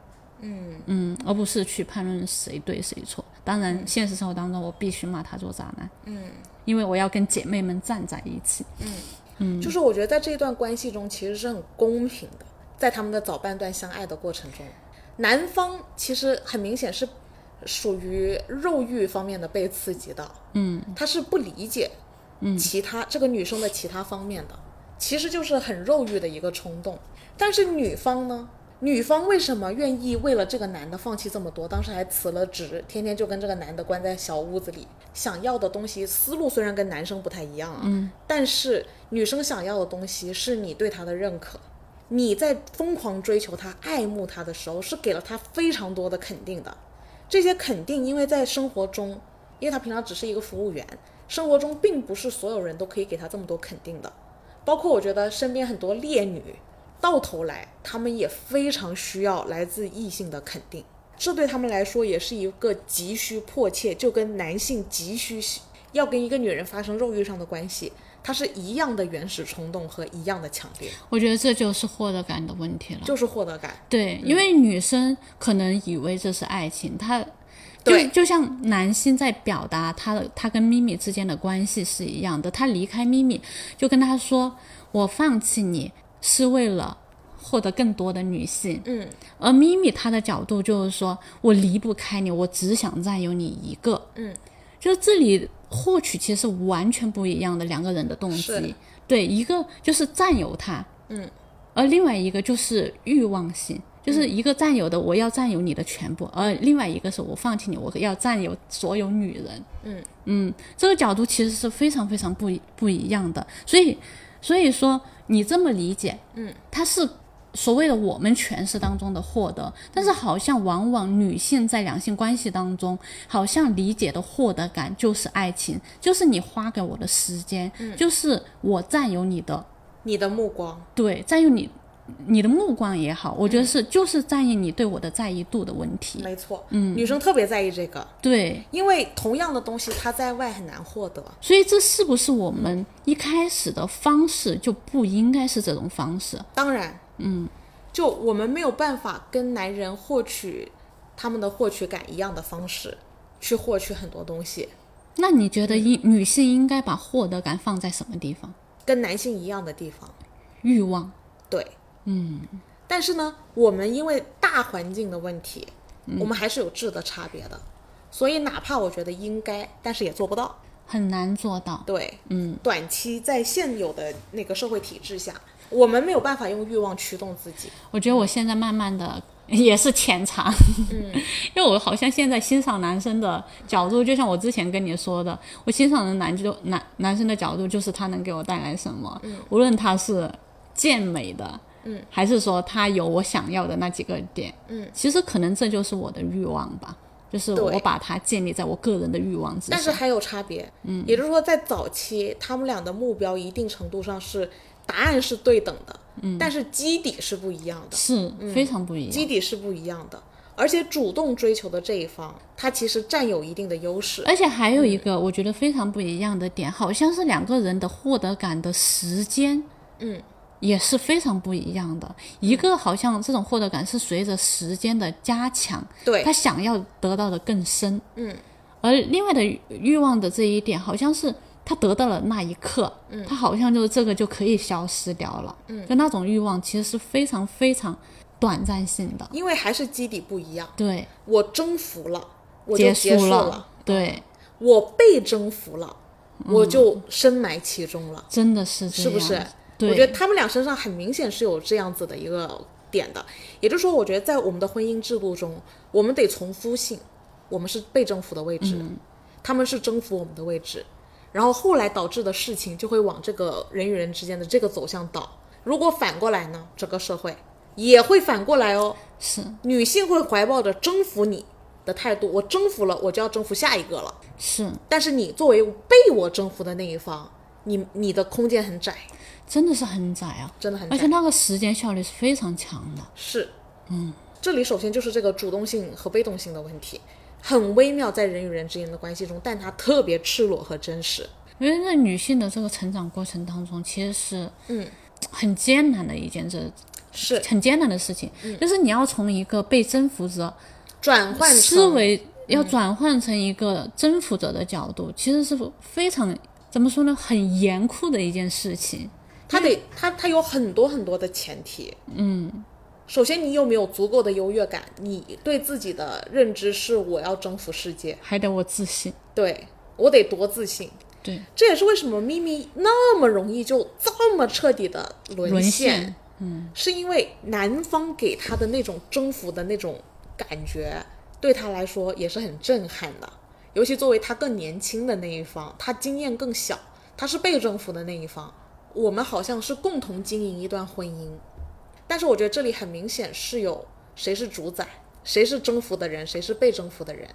Speaker 2: 嗯嗯，而不是去判断谁对谁错。当然，现实生活当中我必须骂他做渣男，嗯，因为我要跟姐妹们站在一起，
Speaker 1: 就是我觉得在这段关系中其实是很公平的，在他们的早半段相爱的过程中，男方其实很明显是属于肉欲方面的被刺激到，嗯，他是不理解，嗯，其他这个女生的其他方面的，其实就是很肉欲的一个冲动。但是女方呢？女方为什么愿意为了这个男的放弃这么多？当时还辞了职，天天就跟这个男的关在小屋子里，想要的东西思路虽然跟男生不太一样啊，嗯，但是女生想要的东西是你对她的认可，你在疯狂追求她、爱慕她的时候，是给了她非常多的肯定的。这些肯定，因为在生活中，因为他平常只是一个服务员，生活中并不是所有人都可以给他这么多肯定的。包括我觉得身边很多烈女，到头来她们也非常需要来自异性的肯定，这对她们来说也是一个急需迫切，就跟男性急需要跟一个女人发生肉欲上的关系，它是一样的原始冲动和一样的强烈，
Speaker 2: 我觉得这就是获得感的问题了。
Speaker 1: 就是获得感。
Speaker 2: 对，因为女生可能以为这是爱情，她就
Speaker 1: 对
Speaker 2: 就像男性在表达他的他跟咪咪之间的关系是一样的，他离开咪咪就跟他说：“我放弃你是为了获得更多的女性。”嗯，而咪咪她的角度就是说我离不开你，我只想占有你一个。嗯，就是这里获取其实完全不一样的两个人的嗯动
Speaker 1: 是
Speaker 2: 机，对，一个就是占有他，而另外一个就是欲望性，就是一个占有的我要占有你的全部，而另外一个是我放弃你，我要占有所有女人。嗯嗯，这个角度其实是非常非常不一不一样的，所以所以说你这么理解，嗯，它是所谓的我们诠释当中的获得，但是好像往往女性在两性关系当中，好像理解的获得感就是爱情，就是你花给我的时间，就是我占有你的，
Speaker 1: 你的目光，
Speaker 2: 对，占有你你的目光也好，我觉得是就是占有你对我的在意度的问题，
Speaker 1: 没错，嗯，女生特别在意这个，
Speaker 2: 对，
Speaker 1: 因为同样的东西她在外很难获得，
Speaker 2: 所以这是不是我们一开始的方式就不应该是这种方式？
Speaker 1: 当然，嗯，就我们没有办法跟男人获取他们的获取感一样的方式去获取很多东西，
Speaker 2: 那你觉得应女性应该把获得感放在什么地方？
Speaker 1: 跟男性一样的地方，
Speaker 2: 欲望，
Speaker 1: 对，嗯。但是呢，我们因为大环境的问题，我们还是有质的差别的，所以哪怕我觉得应该，但是也做不到。
Speaker 2: 很难做到。
Speaker 1: 对，嗯，短期在现有的那个社会体制下，我们没有办法用欲望驱动自己。
Speaker 2: 我觉得我现在慢慢的也是浅尝，
Speaker 1: 嗯
Speaker 2: 因为我好像现在欣赏男生的角度，就像我之前跟你说的，我欣赏的男就男男生的角度就是他能给我带来什么，
Speaker 1: 嗯
Speaker 2: 无论他是健美的。嗯，还是说他有我想要的那几个点，嗯，其实可能这就是我的欲望吧，就是
Speaker 1: 对
Speaker 2: 我把它建立在我个人的欲望之
Speaker 1: 但是
Speaker 2: 上。
Speaker 1: 还有差别，嗯，也就是说，在早期，他们俩的目标一定程度上是答案是对等的，嗯，但是基底是不一样的，
Speaker 2: 是非常不一
Speaker 1: 基
Speaker 2: 样，
Speaker 1: 底是不一样的。而且主动追求的这一方，他其实占有一定的优势。
Speaker 2: 而且还有一个我觉得非常不一样的点，好像是两个人的获得感的时间，
Speaker 1: 嗯，
Speaker 2: 也是非常不一样的。一个好像这种获得感是随着时间的加强，
Speaker 1: 对
Speaker 2: 他想要得到的更深，嗯，而另外的欲望的这一点，好像是他得到了那一刻，嗯，他好像就是这个就可以消失掉了，嗯，就那种欲望其实是非常非常短暂性的，
Speaker 1: 因为还是基底不一样，
Speaker 2: 对，
Speaker 1: 我征服了，我就
Speaker 2: 结
Speaker 1: 结束
Speaker 2: 了，对，
Speaker 1: 我被征服了，我就深埋其中了。
Speaker 2: 真的是这
Speaker 1: 是
Speaker 2: 样
Speaker 1: 不
Speaker 2: 子，
Speaker 1: 是？
Speaker 2: 对，
Speaker 1: 我觉得他们俩身上很明显是有这样子的一个点的。也就是说，我觉得在我们的婚姻制度中，我们得从夫性，我们是被征服的位置，
Speaker 2: 嗯
Speaker 1: 他们是征服我们的位置，然后后来导致的事情就会往这个人与人之间的这个走向导。如果反过来呢，整个社会也会反过来哦，
Speaker 2: 是
Speaker 1: 女性会怀抱着征服你的态度，我征服了，我就要征服下一个了。
Speaker 2: 是，
Speaker 1: 但是你作为被我征服的那一方，你你的空间很窄，
Speaker 2: 真的是很窄啊，
Speaker 1: 真的很窄
Speaker 2: 而且那个时间效率是非常强的，
Speaker 1: 是，嗯，这里首先就是这个主动性和被动性的问题，很微妙在人与人之间的关系中，但它特别赤裸和真实。
Speaker 2: 因为在女性的这个成长过程当中，其实是嗯很艰难的一件事，
Speaker 1: 是嗯
Speaker 2: 很艰难的事情，就是你要从一个被征服者
Speaker 1: 转换成
Speaker 2: 思，维要转换成一个征服者的角度，其实是非常怎么说呢，很严酷的一件事情。
Speaker 1: 它得它它有很多很多的前提，嗯。首先，你有没有足够的优越感？你对自己的认知是我要征服世界，
Speaker 2: 还得我自信，
Speaker 1: 对我得多自信。
Speaker 2: 对，
Speaker 1: 这也是为什么咪咪那么容易就这么彻底的
Speaker 2: 沦
Speaker 1: 陷，
Speaker 2: 陷嗯
Speaker 1: 是因为男方给他的那种征服的那种感觉，对他来说也是很震撼的。尤其作为他更年轻的那一方，他经验更小，他是被征服的那一方。我们好像是共同经营一段婚姻，但是我觉得这里很明显是有谁是主宰，谁是征服的人，谁是被征服的人。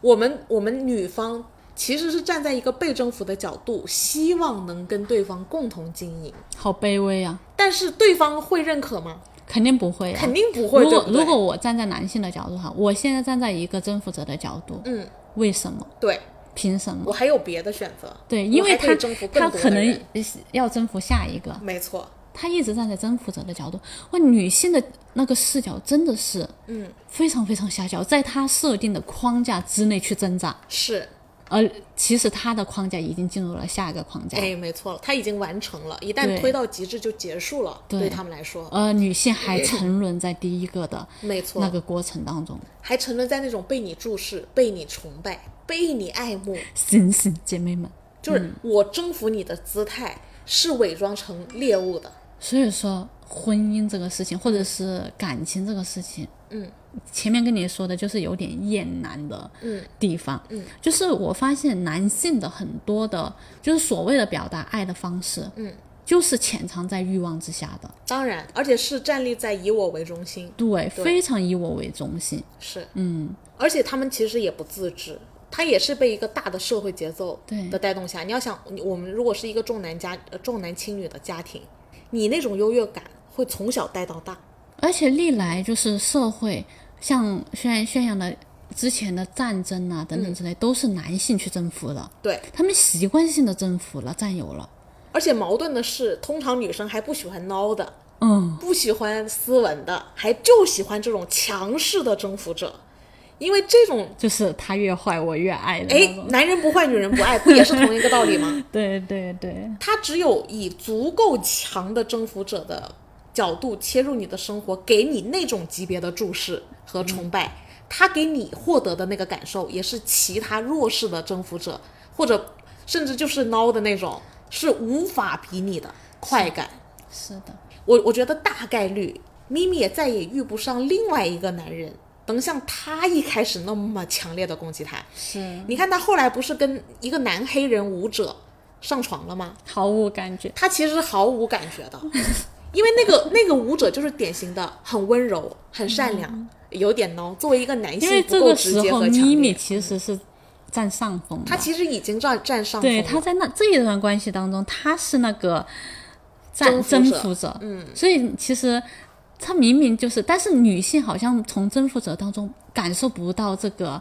Speaker 1: 我们我们女方其实是站在一个被征服的角度，希望能跟对方共同经营，
Speaker 2: 好卑微啊，
Speaker 1: 但是对方会认可吗？
Speaker 2: 肯定不会啊，
Speaker 1: 肯定不会。
Speaker 2: 如
Speaker 1: 对
Speaker 2: 果
Speaker 1: 不对
Speaker 2: 如果我站在男性的角度哈，我现在站在一个征服者的角度，
Speaker 1: 嗯，
Speaker 2: 为什么？
Speaker 1: 对
Speaker 2: 凭什么
Speaker 1: 我？还有别的选择，
Speaker 2: 对，因为
Speaker 1: 我还可
Speaker 2: 他
Speaker 1: 以征服更
Speaker 2: 他
Speaker 1: 多的
Speaker 2: 可能
Speaker 1: 人
Speaker 2: 要征服下一个，
Speaker 1: 没错，
Speaker 2: 他一直站在征服者的角度。哇，女性的那个视角真的是，嗯，非常非常狭小，在她设定的框架之内去挣扎，
Speaker 1: 是，
Speaker 2: 而其实她的框架已经进入了下一个框架。
Speaker 1: 哎，没错了，他已经完成了，一
Speaker 2: 对
Speaker 1: 旦推到极致就结束了，
Speaker 2: 对
Speaker 1: 对他们来说，
Speaker 2: 而女性还沉沦在第一个的
Speaker 1: 嗯没错，
Speaker 2: 那个过程当中，
Speaker 1: 还沉沦在那种被你注视、被你崇拜、被你爱慕，
Speaker 2: 醒醒，姐妹们！嗯
Speaker 1: 就是我征服你的姿态是伪装成猎物的，
Speaker 2: 所以说，婚姻这个事情，或者是感情这个事情，
Speaker 1: 嗯，
Speaker 2: 前面跟你说的就是有点厌男的地方，嗯，就是我发现男性的很多的，就是所谓的表达爱的方式，嗯，就是潜藏在欲望之下的，
Speaker 1: 当然，而且是站立在以我为中心，
Speaker 2: 对，非常以我为中心，
Speaker 1: 是，
Speaker 2: 嗯，
Speaker 1: 而且他们其实也不自知，他也是被一个大的社会节奏
Speaker 2: 对
Speaker 1: 的带动下。你要想，你我们如果是一个重男家呃重男轻女的家庭，你那种优越感会从小带到大。
Speaker 2: 而且历来就是社会像宣宣扬的之前的战争啊等等之类，都是男性去征服的，
Speaker 1: 对，
Speaker 2: 他们习惯性的征服了、占有了，
Speaker 1: 而且矛盾的是，通常女生还不喜欢孬的，
Speaker 2: 嗯，
Speaker 1: 不喜欢斯文的，还就喜欢这种强势的征服者，因为这种
Speaker 2: 就是他越坏我越爱的那
Speaker 1: 哎
Speaker 2: 种，，
Speaker 1: 男人不坏，女人不爱，不也是同一个道理吗？
Speaker 2: 对对对，
Speaker 1: 他只有以足够强的征服者的角度切入你的生活，给你那种级别的注视和崇拜，他给你获得的那个感受，也是其他弱势的征服者或者甚至就是孬的那种，是无法比拟的快感。
Speaker 2: 是的，
Speaker 1: 我我觉得大概率咪咪也再也遇不上另外一个男人能像他一开始那么强烈的攻击他。
Speaker 2: 是
Speaker 1: 你看他后来不是跟一个男黑人舞者上床了吗？
Speaker 2: 毫无感觉，
Speaker 1: 他其实是毫无感觉 的，因为那个那个舞者就是典型的很温柔、很善良，有点孬。作为一个男
Speaker 2: 嗯因为
Speaker 1: 性，不
Speaker 2: 这
Speaker 1: 够
Speaker 2: 个
Speaker 1: 直
Speaker 2: 时
Speaker 1: 接
Speaker 2: 候
Speaker 1: 和
Speaker 2: 咪
Speaker 1: 强
Speaker 2: 咪
Speaker 1: 烈。嗯
Speaker 2: 其实是占上风的，
Speaker 1: 他其实已经占占上风
Speaker 2: 对，
Speaker 1: 了，
Speaker 2: 他在那这一段关系当中，他是那个占
Speaker 1: 征
Speaker 2: 征
Speaker 1: 服者
Speaker 2: 服者，嗯，所以其实他明明就是，但是女性好像从征服者当中感受不到这个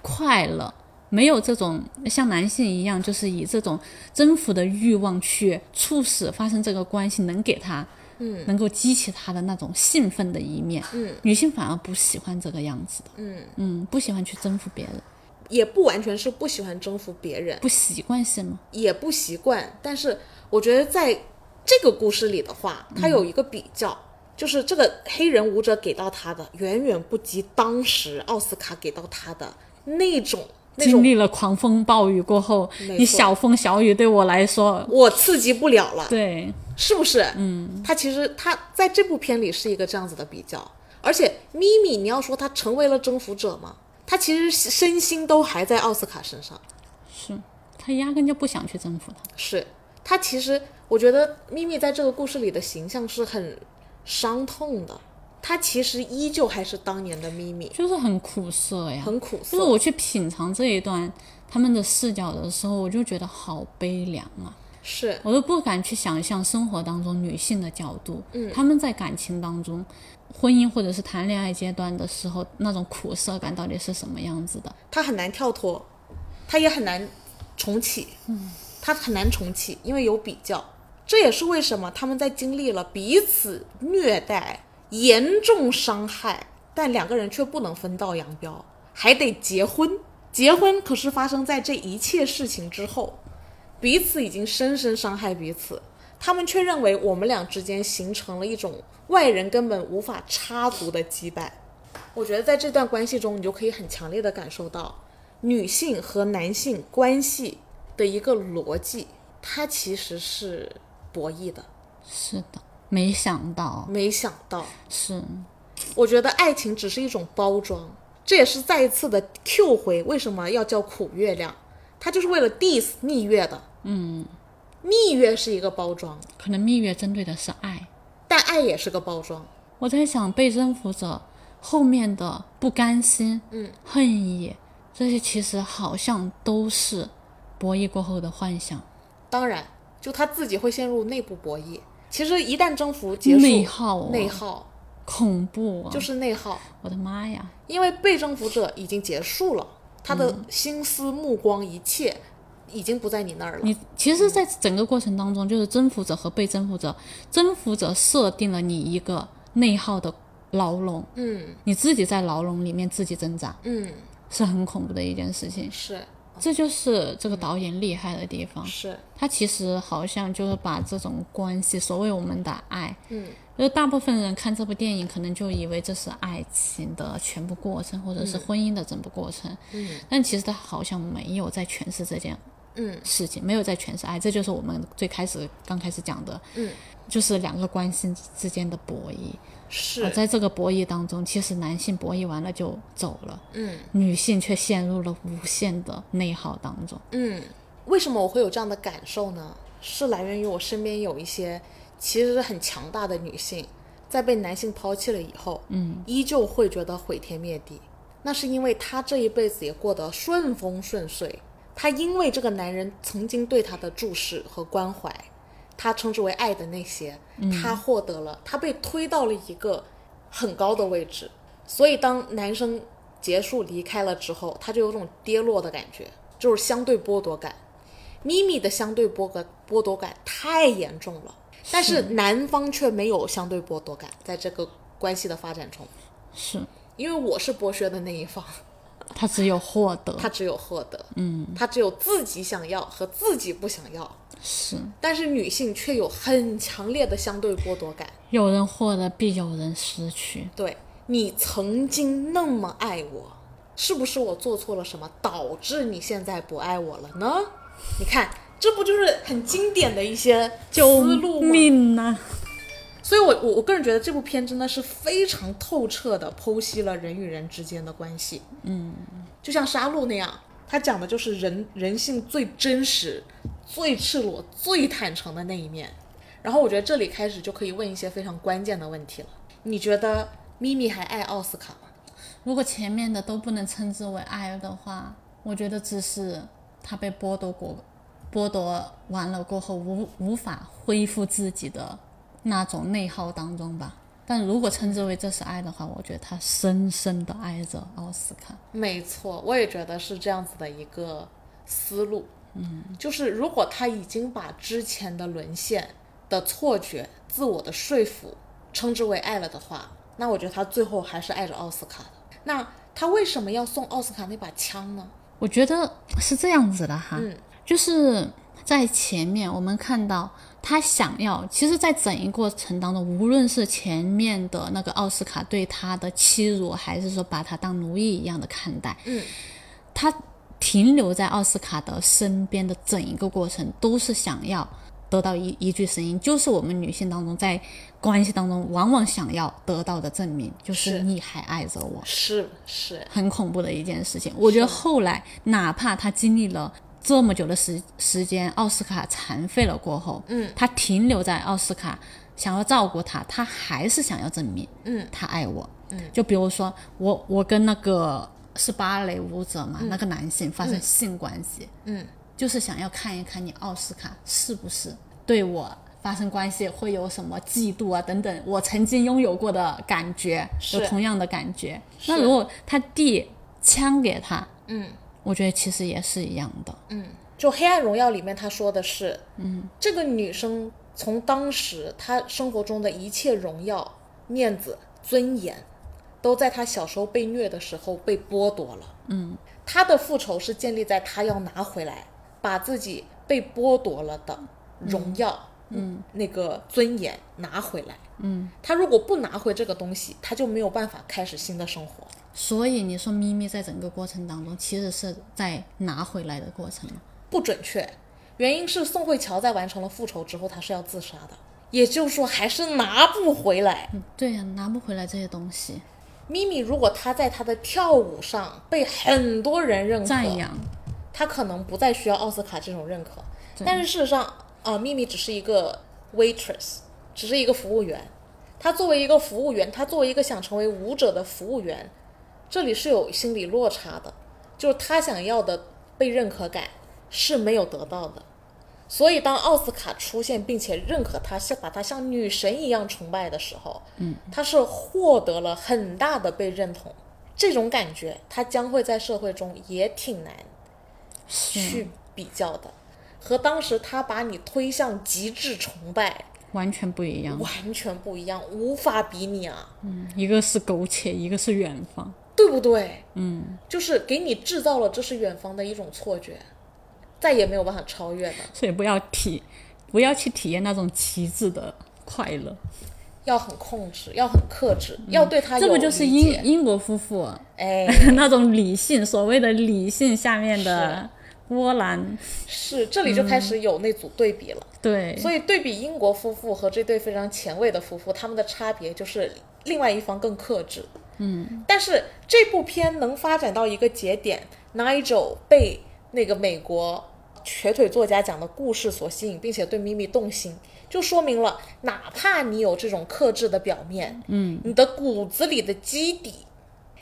Speaker 2: 快乐，没有这种像男性一样，就是以这种征服的欲望去促使发生这个关系，能给他。嗯，能够激起他的那种兴奋的一面，嗯，女性反而不喜欢这个样子的，嗯嗯，不喜欢去征服别人，
Speaker 1: 也不完全是不喜欢征服别人，
Speaker 2: 不习惯性嘛，
Speaker 1: 也不习惯。但是我觉得在这个故事里的话，
Speaker 2: 嗯
Speaker 1: 他有一个比较，就是这个黑人舞者给到他的远远不及当时奥斯卡给到他的那种那
Speaker 2: 经
Speaker 1: 种
Speaker 2: 历了狂风暴雨过后，
Speaker 1: 没
Speaker 2: 你
Speaker 1: 错
Speaker 2: 小风小雨对我来说，
Speaker 1: 我刺激不了了。
Speaker 2: 对，
Speaker 1: 是不是？嗯，他其实他在这部片里是一个这样子的比较，而且咪咪，你要说他成为了征服者吗？他其实身心都还在奥斯卡身上，
Speaker 2: 是他压根就不想去征服他。
Speaker 1: 是他其实我觉得咪咪在这个故事里的形象是很伤痛的，他其实依旧还是当年的咪咪，
Speaker 2: 就是很苦涩呀。
Speaker 1: 很苦
Speaker 2: 就是
Speaker 1: 涩。
Speaker 2: 我去品尝这一段他们的视角的时候，我就觉得好悲凉啊，
Speaker 1: 是
Speaker 2: 我都不敢去想象生活当中女性的角度，嗯，他们在感情当中、婚姻或者是谈恋爱阶段的时候，那种苦涩感到底是什么样子的？
Speaker 1: 他很难跳脱，他也很难重启，嗯，他很难重启，因为有比较。这也是为什么他们在经历了彼此虐待、严重伤害，但两个人却不能分道扬镳，还得结婚。结婚可是发生在这一切事情之后，彼此已经深深伤害彼此，他们却认为我们俩之间形成了一种外人根本无法插足的羁绊。我觉得在这段关系中，你就可以很强烈的感受到女性和男性关系的一个逻辑，它其实是博弈的。
Speaker 2: 是的，没想到，
Speaker 1: 没想到，
Speaker 2: 是
Speaker 1: 我觉得爱情只是一种包装，这也是再一次的 Q 回为什么要叫苦月亮，它就是为了 diss 蜜月的。嗯，蜜月是一个包装，
Speaker 2: 可能蜜月针对的是爱，
Speaker 1: 但爱也是个包装。
Speaker 2: 我在想，被征服者后面的不甘心、嗯、恨意，这些其实好像都是博弈过后的幻想、
Speaker 1: 当然，就他自己会陷入内部博弈。其实一旦征服结束，
Speaker 2: 内耗、啊、
Speaker 1: 内耗
Speaker 2: 恐怖、啊，
Speaker 1: 就是内耗。
Speaker 2: 我的妈呀！
Speaker 1: 因为被征服者已经结束了，他的
Speaker 2: 嗯
Speaker 1: 心思、目光、一切已经不在你那儿了。
Speaker 2: 你其实，在整个过程当中，就是征服者和被征服者，征服者设定了你一个内耗的牢笼，
Speaker 1: 嗯
Speaker 2: 你自己在牢笼里面自己挣扎，
Speaker 1: 嗯，
Speaker 2: 是很恐怖的一件事情。
Speaker 1: 是嗯
Speaker 2: 这就是这个导演厉害的地方，
Speaker 1: 是，
Speaker 2: 他其实好像就是把这种关系，所谓我们的爱，
Speaker 1: 嗯，
Speaker 2: 就是大部分人看这部电影，可能就以为这是爱情的全部过程，或者
Speaker 1: 嗯
Speaker 2: 是婚姻的整个过程，嗯，但其实他好像没有在诠释这件，
Speaker 1: 嗯，
Speaker 2: 事情没有在诠释爱，这就是我们最开始刚开始讲的，
Speaker 1: 嗯，
Speaker 2: 就是两个关系之间的博弈，
Speaker 1: 是
Speaker 2: 在这个博弈当中，其实男性博弈完了就走了，
Speaker 1: 嗯，
Speaker 2: 女性却陷入了无限的内耗当中，
Speaker 1: 嗯。为什么我会有这样的感受呢？是来源于我身边有一些其实很强大的女性，在被男性抛弃了以后，嗯，依旧会觉得毁天灭地。那是因为她这一辈子也过得顺风顺水，她因为这个男人曾经对她的注视和关怀，她称之为爱的那些，她获得了，她被推到了一个很高的位置。所以当男生结束离开了之后，她就有种跌落的感觉，就是相对剥夺感。咪咪的相对剥夺剥夺感太严重了，但是男方却没有相对剥夺感，在这个关系的发展中，
Speaker 2: 是
Speaker 1: 因为我是剥削的那一方，
Speaker 2: 他只有获得，
Speaker 1: 他只有获得，嗯，他只有自己想要和自己不想要，
Speaker 2: 是
Speaker 1: 但是女性却有很强烈的相对剥夺感。
Speaker 2: 有人获得必有人失去，
Speaker 1: 对你曾经那么爱我，是不是我做错了什么，导致你现在不爱我了呢？你看，这不就是很经典的一些
Speaker 2: 救
Speaker 1: 思路吗？
Speaker 2: 命呐、
Speaker 1: 所以我，我我个人觉得这部片真的是非常透彻的剖析了人与人之间的关系。嗯，就像《杀戮》那样，它讲的就是人人性最真实、最赤裸、最坦诚的那一面。然后，我觉得这里开始就可以问一些非常关键的问题了。你觉得咪咪还爱奥斯卡吗？
Speaker 2: 如果前面的都不能称之为爱的话，我觉得只是他被剥夺过，剥夺完了过后无无法恢复自己的那种内耗当中吧。但如果称之为这是爱的话，我觉得他深深的爱着奥斯卡。
Speaker 1: 没错，我也觉得是这样子的一个思路。嗯，就是如果他已经把之前的沦陷的错觉、自我的说服称之为爱了的话，那我觉得他最后还是爱着奥斯卡的。那他为什么要送奥斯卡那把枪呢？
Speaker 2: 我觉得是这样子的哈，就是在前面我们看到他想要，其实，在整一过程当中，无论是前面的那个奥斯卡对他的欺辱，还是说把他当奴役一样的看待，嗯，他停留在奥斯卡的身边的整一个过程，都是想要得到一一句声音，就是我们女性当中在关系当中往往想要得到的证明，就
Speaker 1: 是
Speaker 2: 是你还爱着我，
Speaker 1: 是是，
Speaker 2: 很恐怖的一件事情。我觉得后来，哪怕他经历了这么久的时时间，奥斯卡残废了过后，嗯，他停留在奥斯卡，想要照顾他，他还是想要证明，嗯，他爱我，嗯，就比如说我，我跟那个是芭蕾舞者嘛，那个男性发生性关系，嗯，就是想要看一看你奥斯卡是不是对我。发生关系会有什么嫉妒啊等等，我曾经拥有过的感觉，有
Speaker 1: 是
Speaker 2: 同样的感觉。那如果他递枪给他，嗯，我觉得其实也是一样的，
Speaker 1: 就《黑暗荣耀》里面他说的是，嗯，这个女生从当时她生活中的一切荣耀、面子、尊严，都在她小时候被虐的时候被剥夺了。嗯，她的复仇是建立在她要拿回来，把自己被剥夺了的荣耀，嗯，那个尊严拿回来。嗯，她如果不拿回这个东西，她就没有办法开始新的生活。
Speaker 2: 所以你说咪咪在整个过程当中，其实是在拿回来的过程嘛。
Speaker 1: 不准确，原因是宋慧乔在完成了复仇之后，她是要自杀的，也就是说还是拿不回来。
Speaker 2: 嗯对呀、拿不回来这些东西，
Speaker 1: 咪咪如果她在她的跳舞上被很多人认可，
Speaker 2: 赞扬，
Speaker 1: 她可能不再需要奥斯卡这种认可。但是事实上，啊、咪咪只是一个 waitress，只是一个服务员。她作为一个服务员，她作为一个想成为舞者的服务员，这里是有心理落差的，就是她想要的被认可感是没有得到的。所以，当奥斯卡出现并且认可她，像把她像女神一样崇拜的时候，嗯，她是获得了很大的被认同。这种感觉，她将会在社会中也挺难去比较的，和当时他把你推向极致崇拜
Speaker 2: 完全不一样。
Speaker 1: 完全不一样，无法比拟啊，
Speaker 2: 一个是苟且，一个是远方。
Speaker 1: 对不对？嗯，就是给你制造了这是远方的一种错觉，再也没有办法超越的。
Speaker 2: 所以不要体，不要去体验那种极致的快乐。
Speaker 1: 要很控制，要很克制，要对他有
Speaker 2: 嗯这不就是
Speaker 1: 理
Speaker 2: 英
Speaker 1: 解
Speaker 2: 英国夫妇
Speaker 1: 哎，
Speaker 2: 那种理性，所谓的理性下面的波澜？
Speaker 1: 是这里就
Speaker 2: 嗯
Speaker 1: 开始有那组对比了。
Speaker 2: 对，
Speaker 1: 所以对比英国夫妇和这对非常前卫的夫妇，他们的差别就是另外一方更克制。嗯，但是这部片能发展到一个节点，Nigel 被那个美国瘸腿作家讲的故事所吸引，并且对咪咪动心，就说明了哪怕你有这种克制的表面，嗯，你的骨子里的基底，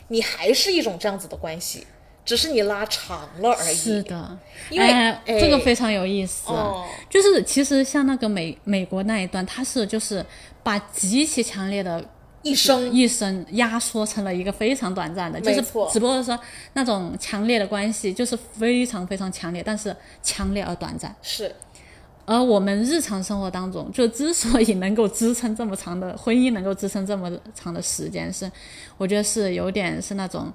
Speaker 1: 你还是一种这样子的关系，只是你拉长了而已。
Speaker 2: 是，的，
Speaker 1: 因为
Speaker 2: 哎
Speaker 1: 哎
Speaker 2: 这个非常有意思，
Speaker 1: 哦
Speaker 2: 就是其实像那个美美国那一段，它是就是把极其强烈的
Speaker 1: 一生
Speaker 2: 一生压缩成了一个非常短暂的，就
Speaker 1: 没
Speaker 2: 是
Speaker 1: 错
Speaker 2: 只不过是说那种强烈的关系就是非常非常强烈，但是强烈而短暂。
Speaker 1: 是
Speaker 2: 而我们日常生活当中，就之所以能够支撑这么长的婚姻，能够支撑这么长的时间，是我觉得是有点是那种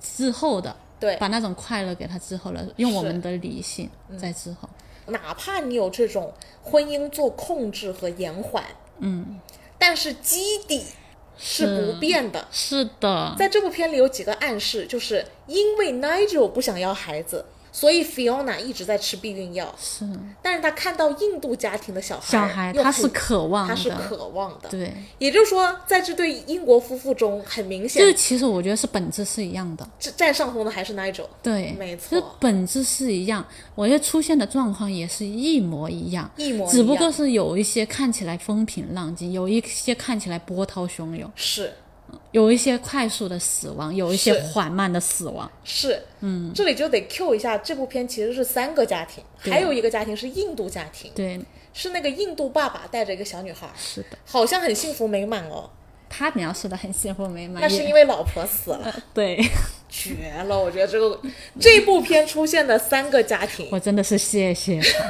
Speaker 2: 滞后的，
Speaker 1: 对
Speaker 2: 把那种快乐给它滞后了，用我
Speaker 1: 是嗯
Speaker 2: 们的理性在滞后。
Speaker 1: 哪怕你有这种婚姻做控制和延缓，嗯，但是基底是不变的。
Speaker 2: 是的，
Speaker 1: 在这部片里有几个暗示，就是因为 Nigel 不想要孩子，所以 Fiona 一直在吃避孕药，
Speaker 2: 是
Speaker 1: 但是他看到印度家庭的小孩，
Speaker 2: 小孩
Speaker 1: 又
Speaker 2: 他
Speaker 1: 很
Speaker 2: 是渴望
Speaker 1: 他是
Speaker 2: 的，
Speaker 1: 渴望的，，
Speaker 2: 对，
Speaker 1: 也就是说，在这对英国夫妇中，很明显
Speaker 2: 这其实我觉得是本质是一样的。
Speaker 1: 占占上风的还是 Nigel，
Speaker 2: 对，
Speaker 1: 没
Speaker 2: 这
Speaker 1: 错
Speaker 2: 本质是一样，我觉得出现的状况也是一模一样，
Speaker 1: 一模一样
Speaker 2: 只不过是有一些看起来风平浪静，有一些看起来波涛汹涌，
Speaker 1: 是
Speaker 2: 有一些快速的死亡，有一些
Speaker 1: 是
Speaker 2: 缓慢的死亡。
Speaker 1: 是，嗯，这里就得 Q 一下，这部片其实是三个家庭，
Speaker 2: 对
Speaker 1: 还有一个家庭是印度家庭，
Speaker 2: 对，
Speaker 1: 是那个印度爸爸带着一个小女孩，
Speaker 2: 是的，
Speaker 1: 好像很幸福美满哦，
Speaker 2: 他描述的很幸福美满，
Speaker 1: 那是
Speaker 2: 啊也
Speaker 1: 因为老婆死了。
Speaker 2: 对
Speaker 1: 绝了！我觉得这个这部片出现的三个家庭
Speaker 2: 我真的是谢谢他。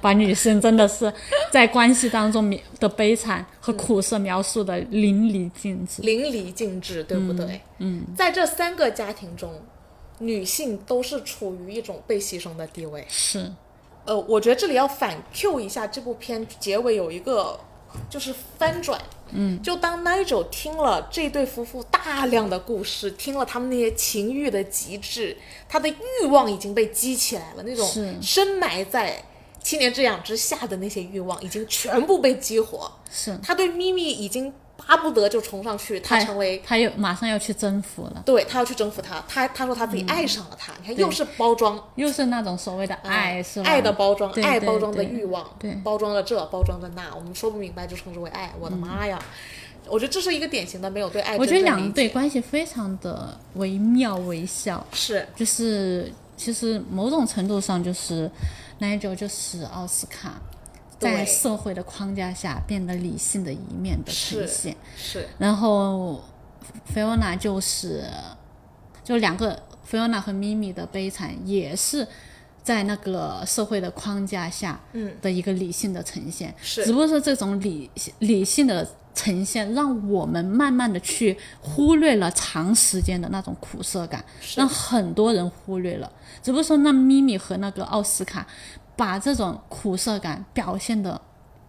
Speaker 2: 把女性真的是在关系当中描的悲惨和苦涩描述的淋漓尽致，
Speaker 1: 淋漓尽致，对不对？嗯，在这三个家庭中，女性都是处于一种被牺牲的地位。
Speaker 2: 是
Speaker 1: 呃，我觉得这里要反 Q 一下，这部片结尾有一个就是翻转，嗯，就当 Nigel 听了这对夫妇大量的故事，听了他们那些情欲的极致，他的欲望已经被激起来了，那种
Speaker 2: 是
Speaker 1: 深埋在七年之痒之下的那些欲望已经全部被激活，
Speaker 2: 是，
Speaker 1: 他对咪咪已经巴不得就冲上去，他
Speaker 2: 他
Speaker 1: 成为。
Speaker 2: 他又马上要去征服了。
Speaker 1: 对他要去征服她，他他说他自己爱上了她，你看又是包装，哎
Speaker 2: 又是那种所谓的嗯爱，是吧？
Speaker 1: 爱的包装，
Speaker 2: 对
Speaker 1: 爱
Speaker 2: 对
Speaker 1: 包装的
Speaker 2: 对
Speaker 1: 欲望，
Speaker 2: 对
Speaker 1: 包装了这，包装了那，我们说不明白就称之为爱。我的妈呀！我觉得这是一个典型的没有对爱
Speaker 2: 嗯我觉得
Speaker 1: 真正
Speaker 2: 两
Speaker 1: 理
Speaker 2: 对
Speaker 1: 解
Speaker 2: 关系非常的惟妙惟肖，
Speaker 1: 是
Speaker 2: 就是其实某种程度上就是 Nigel 就是奥斯卡
Speaker 1: 对
Speaker 2: 在社会的框架下变得理性的一面的呈
Speaker 1: 是
Speaker 2: 现，
Speaker 1: 是
Speaker 2: 然后 Fiona 就是就两个 Fiona 和 Mimi 的悲惨也是。在那个社会的框架下，
Speaker 1: 嗯
Speaker 2: 的一个理性的呈现，
Speaker 1: 是
Speaker 2: 只不过是这种理理性的呈现，让我们慢慢的去忽略了长时间的那种苦涩感，
Speaker 1: 是
Speaker 2: 让很多人忽略了。只不过说，那咪咪和那个奥斯卡把这种苦涩感表现的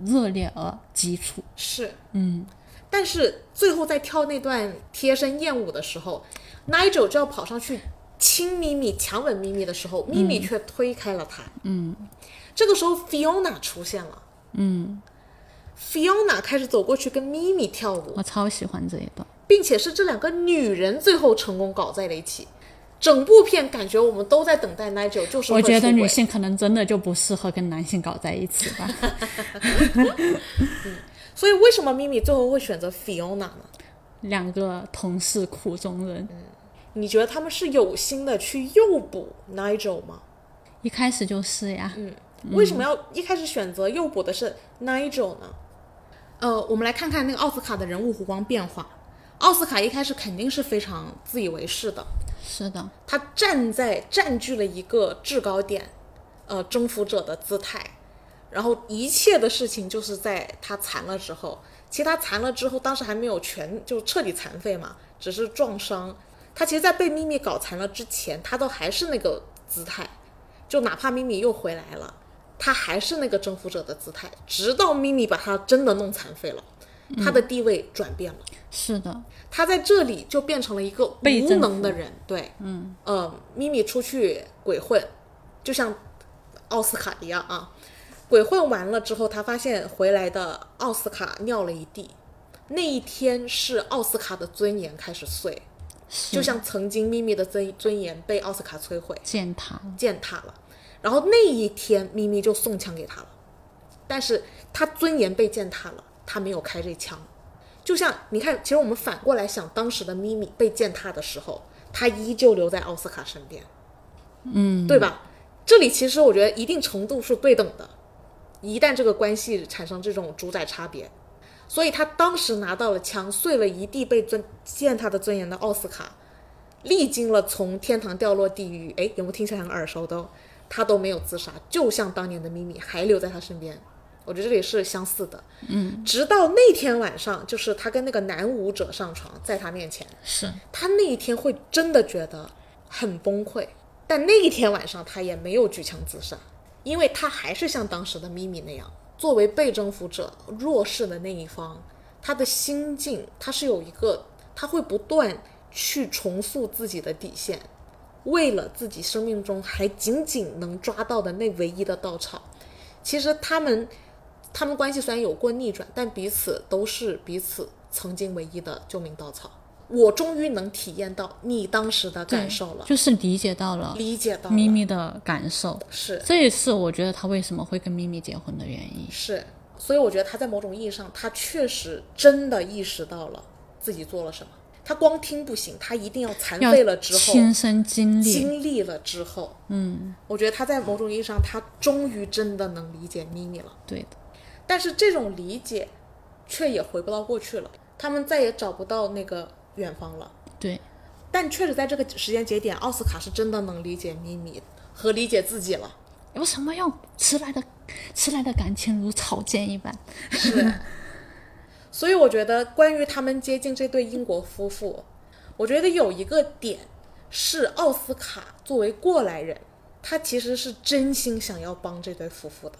Speaker 2: 热烈而急促，
Speaker 1: 是，嗯。但是最后在跳那段贴身艳舞的时候，Nigel 就要跑上去亲咪咪、强吻咪咪的时候，
Speaker 2: 嗯
Speaker 1: 咪咪却推开了他。嗯，这个时候 Fiona 出现了。嗯，Fiona 开始走过去跟咪咪跳舞。
Speaker 2: 我超喜欢这一段。
Speaker 1: 并且是这两个女人最后成功搞在了一起。整部片感觉我们都在等待 Nigel，就是
Speaker 2: 我
Speaker 1: 会
Speaker 2: 觉
Speaker 1: 出
Speaker 2: 得女
Speaker 1: 轨
Speaker 2: 性可能真的就不适合跟男性搞在一起 吧。
Speaker 1: 所以为什么咪咪最后会选择 Fiona 呢？
Speaker 2: 两个同是苦中人，
Speaker 1: 嗯你觉得他们是有心的去诱捕 Nigel 吗？
Speaker 2: 一开始就是呀，
Speaker 1: 嗯为什么要一开始选择诱捕的是 Nigel 呢？呃，我们来看看那个奥斯卡的人物弧光变化。奥斯卡一开始肯定是非常自以为是的，
Speaker 2: 是的，
Speaker 1: 他站在占据了一个制高点，呃，征服者的姿态，然后一切的事情就是在他残了之后，其实他残了之后，当时还没有全就彻底残废嘛，只是撞伤。他其实，在被咪咪搞残了之前，他都还是那个姿态，就哪怕咪咪又回来了，他还是那个征服者的姿态，直到咪咪把他真的弄残废了，他的地位转变了。
Speaker 2: 是的，
Speaker 1: 他在这里就变成了一个
Speaker 2: 被
Speaker 1: 无
Speaker 2: 征服
Speaker 1: 能的人，对，嗯，呃，咪咪出去鬼混，就像奥斯卡一样啊，鬼混完了之后，他发现回来的奥斯卡尿了一地，那一天是奥斯卡的尊严开始碎，
Speaker 2: 是
Speaker 1: 就像曾经咪咪的尊尊严被奥斯卡摧毁，
Speaker 2: 践踏了，
Speaker 1: 践踏了。然后那一天咪咪就送枪给他了，但是他尊严被践踏了，他没有开这枪。就像你看，其实我们反过来想，当时的咪咪被践踏的时候，他依旧留在奥斯卡身边，嗯，对吧？这里其实我觉得一定程度是对等的，一旦这个关系产生这种主宰差别，所以他当时拿到了枪，碎了一地被尊践踏的尊严的奥斯卡，历经了从天堂掉落地狱，哎，有没有听起来很耳熟的哦？他都没有自杀，就像当年的咪咪还留在他身边。我觉得这里是相似的，嗯，直到那天晚上，就是他跟那个男舞者上床，在他面前，
Speaker 2: 是
Speaker 1: 他那一天会真的觉得很崩溃，但那一天晚上他也没有举枪自杀，因为他还是像当时的咪咪那样，作为被征服者弱势的那一方，他的心境他是有一个，他会不断去重塑自己的底线，为了自己生命中还仅仅能抓到的那唯一的稻草。其实他们他们关系虽然有过逆转，但彼此都是彼此曾经唯一的救命稻草。我终于能体验到你当时的感受了，
Speaker 2: 嗯就是理解到了
Speaker 1: 理解到了
Speaker 2: 咪咪的感受，
Speaker 1: 是
Speaker 2: 这也是我觉得他为什么会跟咪咪结婚的原因。
Speaker 1: 是，所以我觉得他在某种意义上，他确实真的意识到了自己做了什么。他光听不行，他一定要残
Speaker 2: 要
Speaker 1: 废了之后，
Speaker 2: 亲身经历，
Speaker 1: 经历了之后，嗯，我觉得他在某种意义上，他终于真的能理解咪咪了。
Speaker 2: 对的，
Speaker 1: 但是这种理解却也回不到过去了，他们再也找不到那个远方了。
Speaker 2: 对，
Speaker 1: 但确实在这个时间节点，奥斯卡是真的能理解咪咪和理解自己了。
Speaker 2: 有什么用？迟来的，迟来的感情如草芥一般。
Speaker 1: 所以我觉得，关于他们接近这对英国夫妇，我觉得有一个点是奥斯卡作为过来人，他其实是真心想要帮这对夫妇的，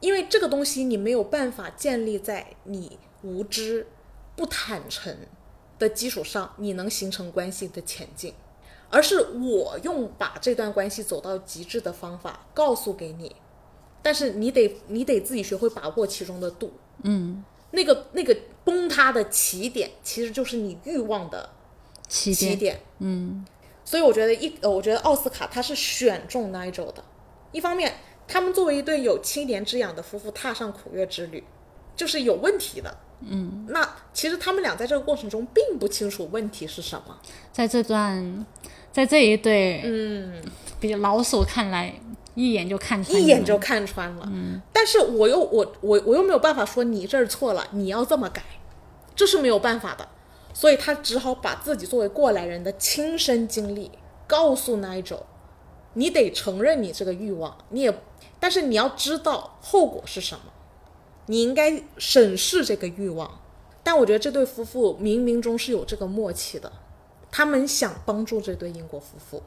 Speaker 1: 因为这个东西你没有办法建立在你无知、不坦诚的基础上，你能形成关系的前进。而是我用把这段关系走到极致的方法告诉给你，但是你得你得自己学会把握其中的度，那个那个崩塌的起点，其实就是你欲望的
Speaker 2: 起
Speaker 1: 起
Speaker 2: 点，
Speaker 1: 点。嗯，所以我觉得一，呃我觉得奥斯卡他是选中 Nigel 的。一方面，他们作为一对有七年之痒的夫妇踏上苦月之旅，就是有问题的。嗯，那其实他们俩在这个过程中并不清楚问题是什么。
Speaker 2: 在这段，在这一对，嗯，比老手看来，一眼就看穿你嗯
Speaker 1: 一
Speaker 2: 们，
Speaker 1: 眼就看穿了。但是我又我我我又没有办法说你这儿错了，你要这么改，这是没有办法的。所以他只好把自己作为过来人的亲身经历告诉 Nigel，你得承认你这个欲望，你也，但是你要知道后果是什么，你应该审视这个欲望。但我觉得这对夫妇冥冥中是有这个默契的，他们想帮助这对英国夫妇，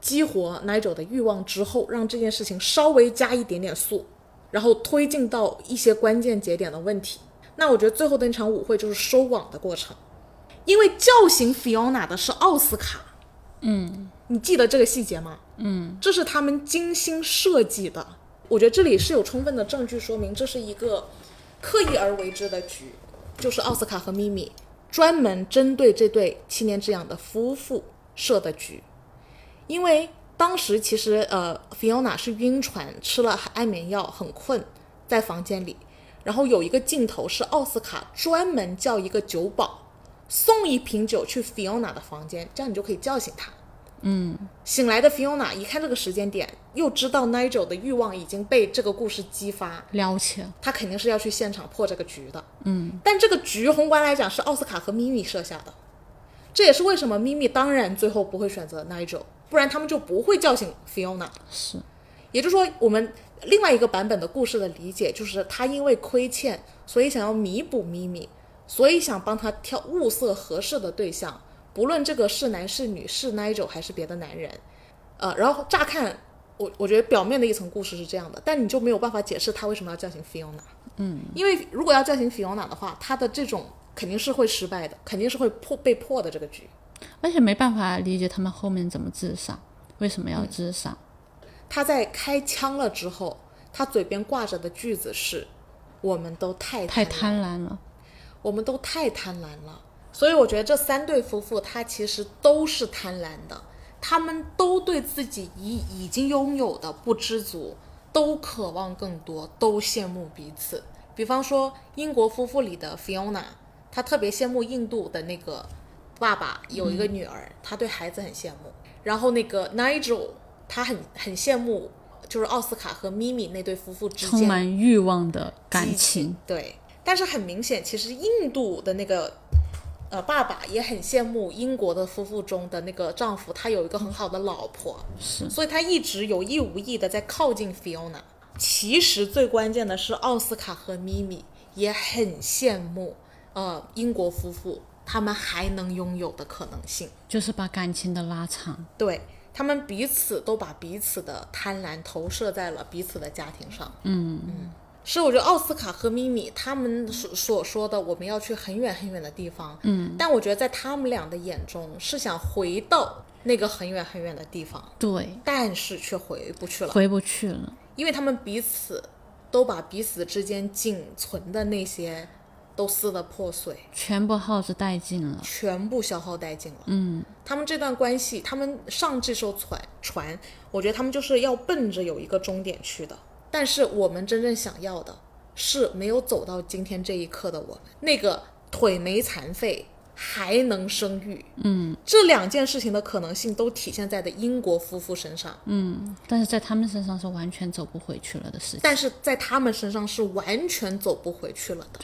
Speaker 1: 激活 Nigel 的欲望之后，让这件事情稍微加一点点速，然后推进到一些关键节点的问题。那我觉得最后的那场舞会就是收网的过程，因为叫醒 Fiona 的是奥斯卡。嗯，你记得这个细节吗？嗯，这是他们精心设计的。我觉得这里是有充分的证据说明这是一个刻意而为之的局，就是奥斯卡和咪咪专门针对这对七年之痒的夫妇设的局。因为当时其实呃，Fiona 是晕船，吃了安眠药，很困，在房间里。然后有一个镜头是奥斯卡专门叫一个酒保送一瓶酒去 Fiona 的房间，这样你就可以叫醒他。嗯，醒来的 Fiona 一看这个时间点，又知道 Nigel 的欲望已经被这个故事激发，
Speaker 2: 了解，
Speaker 1: 他肯定是要去现场破这个局的。嗯，但这个局宏观来讲是奥斯卡和咪咪设下的，这也是为什么咪咪当然最后不会选择 Nigel，不然他们就不会叫醒 Fiona。
Speaker 2: 是
Speaker 1: 也就是说，我们另外一个版本的故事的理解就是，他因为亏欠，所以想要弥补咪咪，所以想帮他挑物色合适的对象，不论这个是男是女，是 Nigel 还是别的男人。呃，然后乍看，我我觉得表面的一层故事是这样的，但你就没有办法解释他为什么要叫醒 Fiona。嗯，因为如果要叫醒 Fiona 的话，他的这种肯定是会失败的，肯定是会破被破的这个局。
Speaker 2: 而且没办法理解他们后面怎么自杀，为什么要自杀？
Speaker 1: 嗯他在开枪了之后，他嘴边挂着的句子是：“我们都太
Speaker 2: 太
Speaker 1: 贪
Speaker 2: 贪婪了，
Speaker 1: 我们都太贪婪了。所以我觉得这三对夫妇他其实都是贪婪的，他们都对自己已已经拥有的不知足，都渴望更多，都羡慕彼此。比方说，英国夫妇里的 Fiona，她特别羡慕印度的那个爸爸有一个女儿，她对孩子很羡慕。然后那个 Nigel，他很很羡慕，就是奥斯卡和咪咪那对夫妇之间
Speaker 2: 充满欲望的感
Speaker 1: 激
Speaker 2: 情。
Speaker 1: 对，但是很明显，其实印度的那个呃爸爸也很羡慕英国的夫妇中的那个丈夫，他有一个很好的老婆，
Speaker 2: 是
Speaker 1: 所以他一直有意无意的在靠近 Fiona。其实最关键的是，奥斯卡和咪咪也很羡慕呃英国夫妇他们还能拥有的可能性。
Speaker 2: 就是把感情的拉长。
Speaker 1: 对他们彼此都把彼此的贪婪投射在了彼此的家庭上。嗯嗯，是我觉得奥斯卡和咪咪他们所所说的我们要去很远很远的地方，嗯，但我觉得在他们俩的眼中是想回到那个很远很远的地方，
Speaker 2: 对，
Speaker 1: 但是却回不去了，
Speaker 2: 回不去了。
Speaker 1: 因为他们彼此都把彼此之间仅存的那些都撕得破碎。
Speaker 2: 全部耗子殆尽了，
Speaker 1: 全部消耗殆尽了。嗯，他们这段关系，他们上这艘船船，我觉得他们就是要奔着有一个终点去的。但是我们真正想要的是没有走到今天这一刻的我们，那个腿没残废还能生育。嗯，这两件事情的可能性都体现在的英国夫妇身上，
Speaker 2: 但是在他们身上是完全走不回去了的事情。
Speaker 1: 但是在他们身上是完全走不回去了的。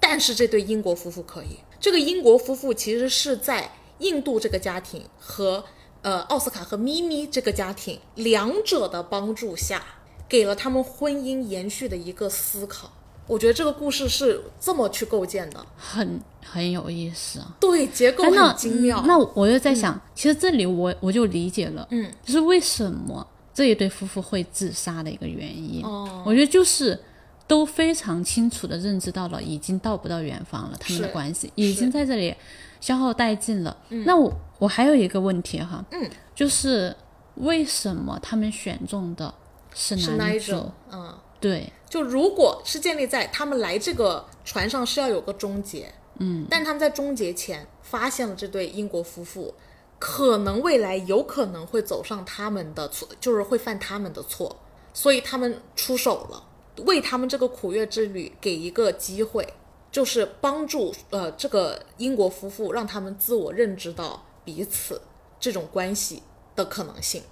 Speaker 1: 但是这对英国夫妇可以。这个英国夫妇其实是在印度这个家庭和呃奥斯卡和咪咪这个家庭两者的帮助下，给了他们婚姻延续的一个思考。我觉得这个故事是这么去构建的，
Speaker 2: 很很有意思啊。
Speaker 1: 对，结构
Speaker 2: 但那
Speaker 1: 很精妙。
Speaker 2: 嗯那我又在想，其实这里我我就理解了，嗯，就是为什么这一对夫妇会自杀的一个原因。哦，我觉得就是都非常清楚的认知到了，已经到不到远方了，他们的
Speaker 1: 是
Speaker 2: 关系已经在这里消耗殆尽了。那我我还有一个问题哈，嗯，就是为什么他们选中的是
Speaker 1: 是
Speaker 2: 男
Speaker 1: Nigel，
Speaker 2: 主？
Speaker 1: 嗯，
Speaker 2: 对，
Speaker 1: 就如果是建立在他们来这个船上是要有个终结，嗯，但他们在终结前发现了这对英国夫妇，可能未来有可能会走上他们的错，就是会犯他们的错，所以他们出手了，为他们这个苦月之旅给一个机会，就是帮助呃这个英国夫妇让他们自我认知到彼此这种关系的可能性。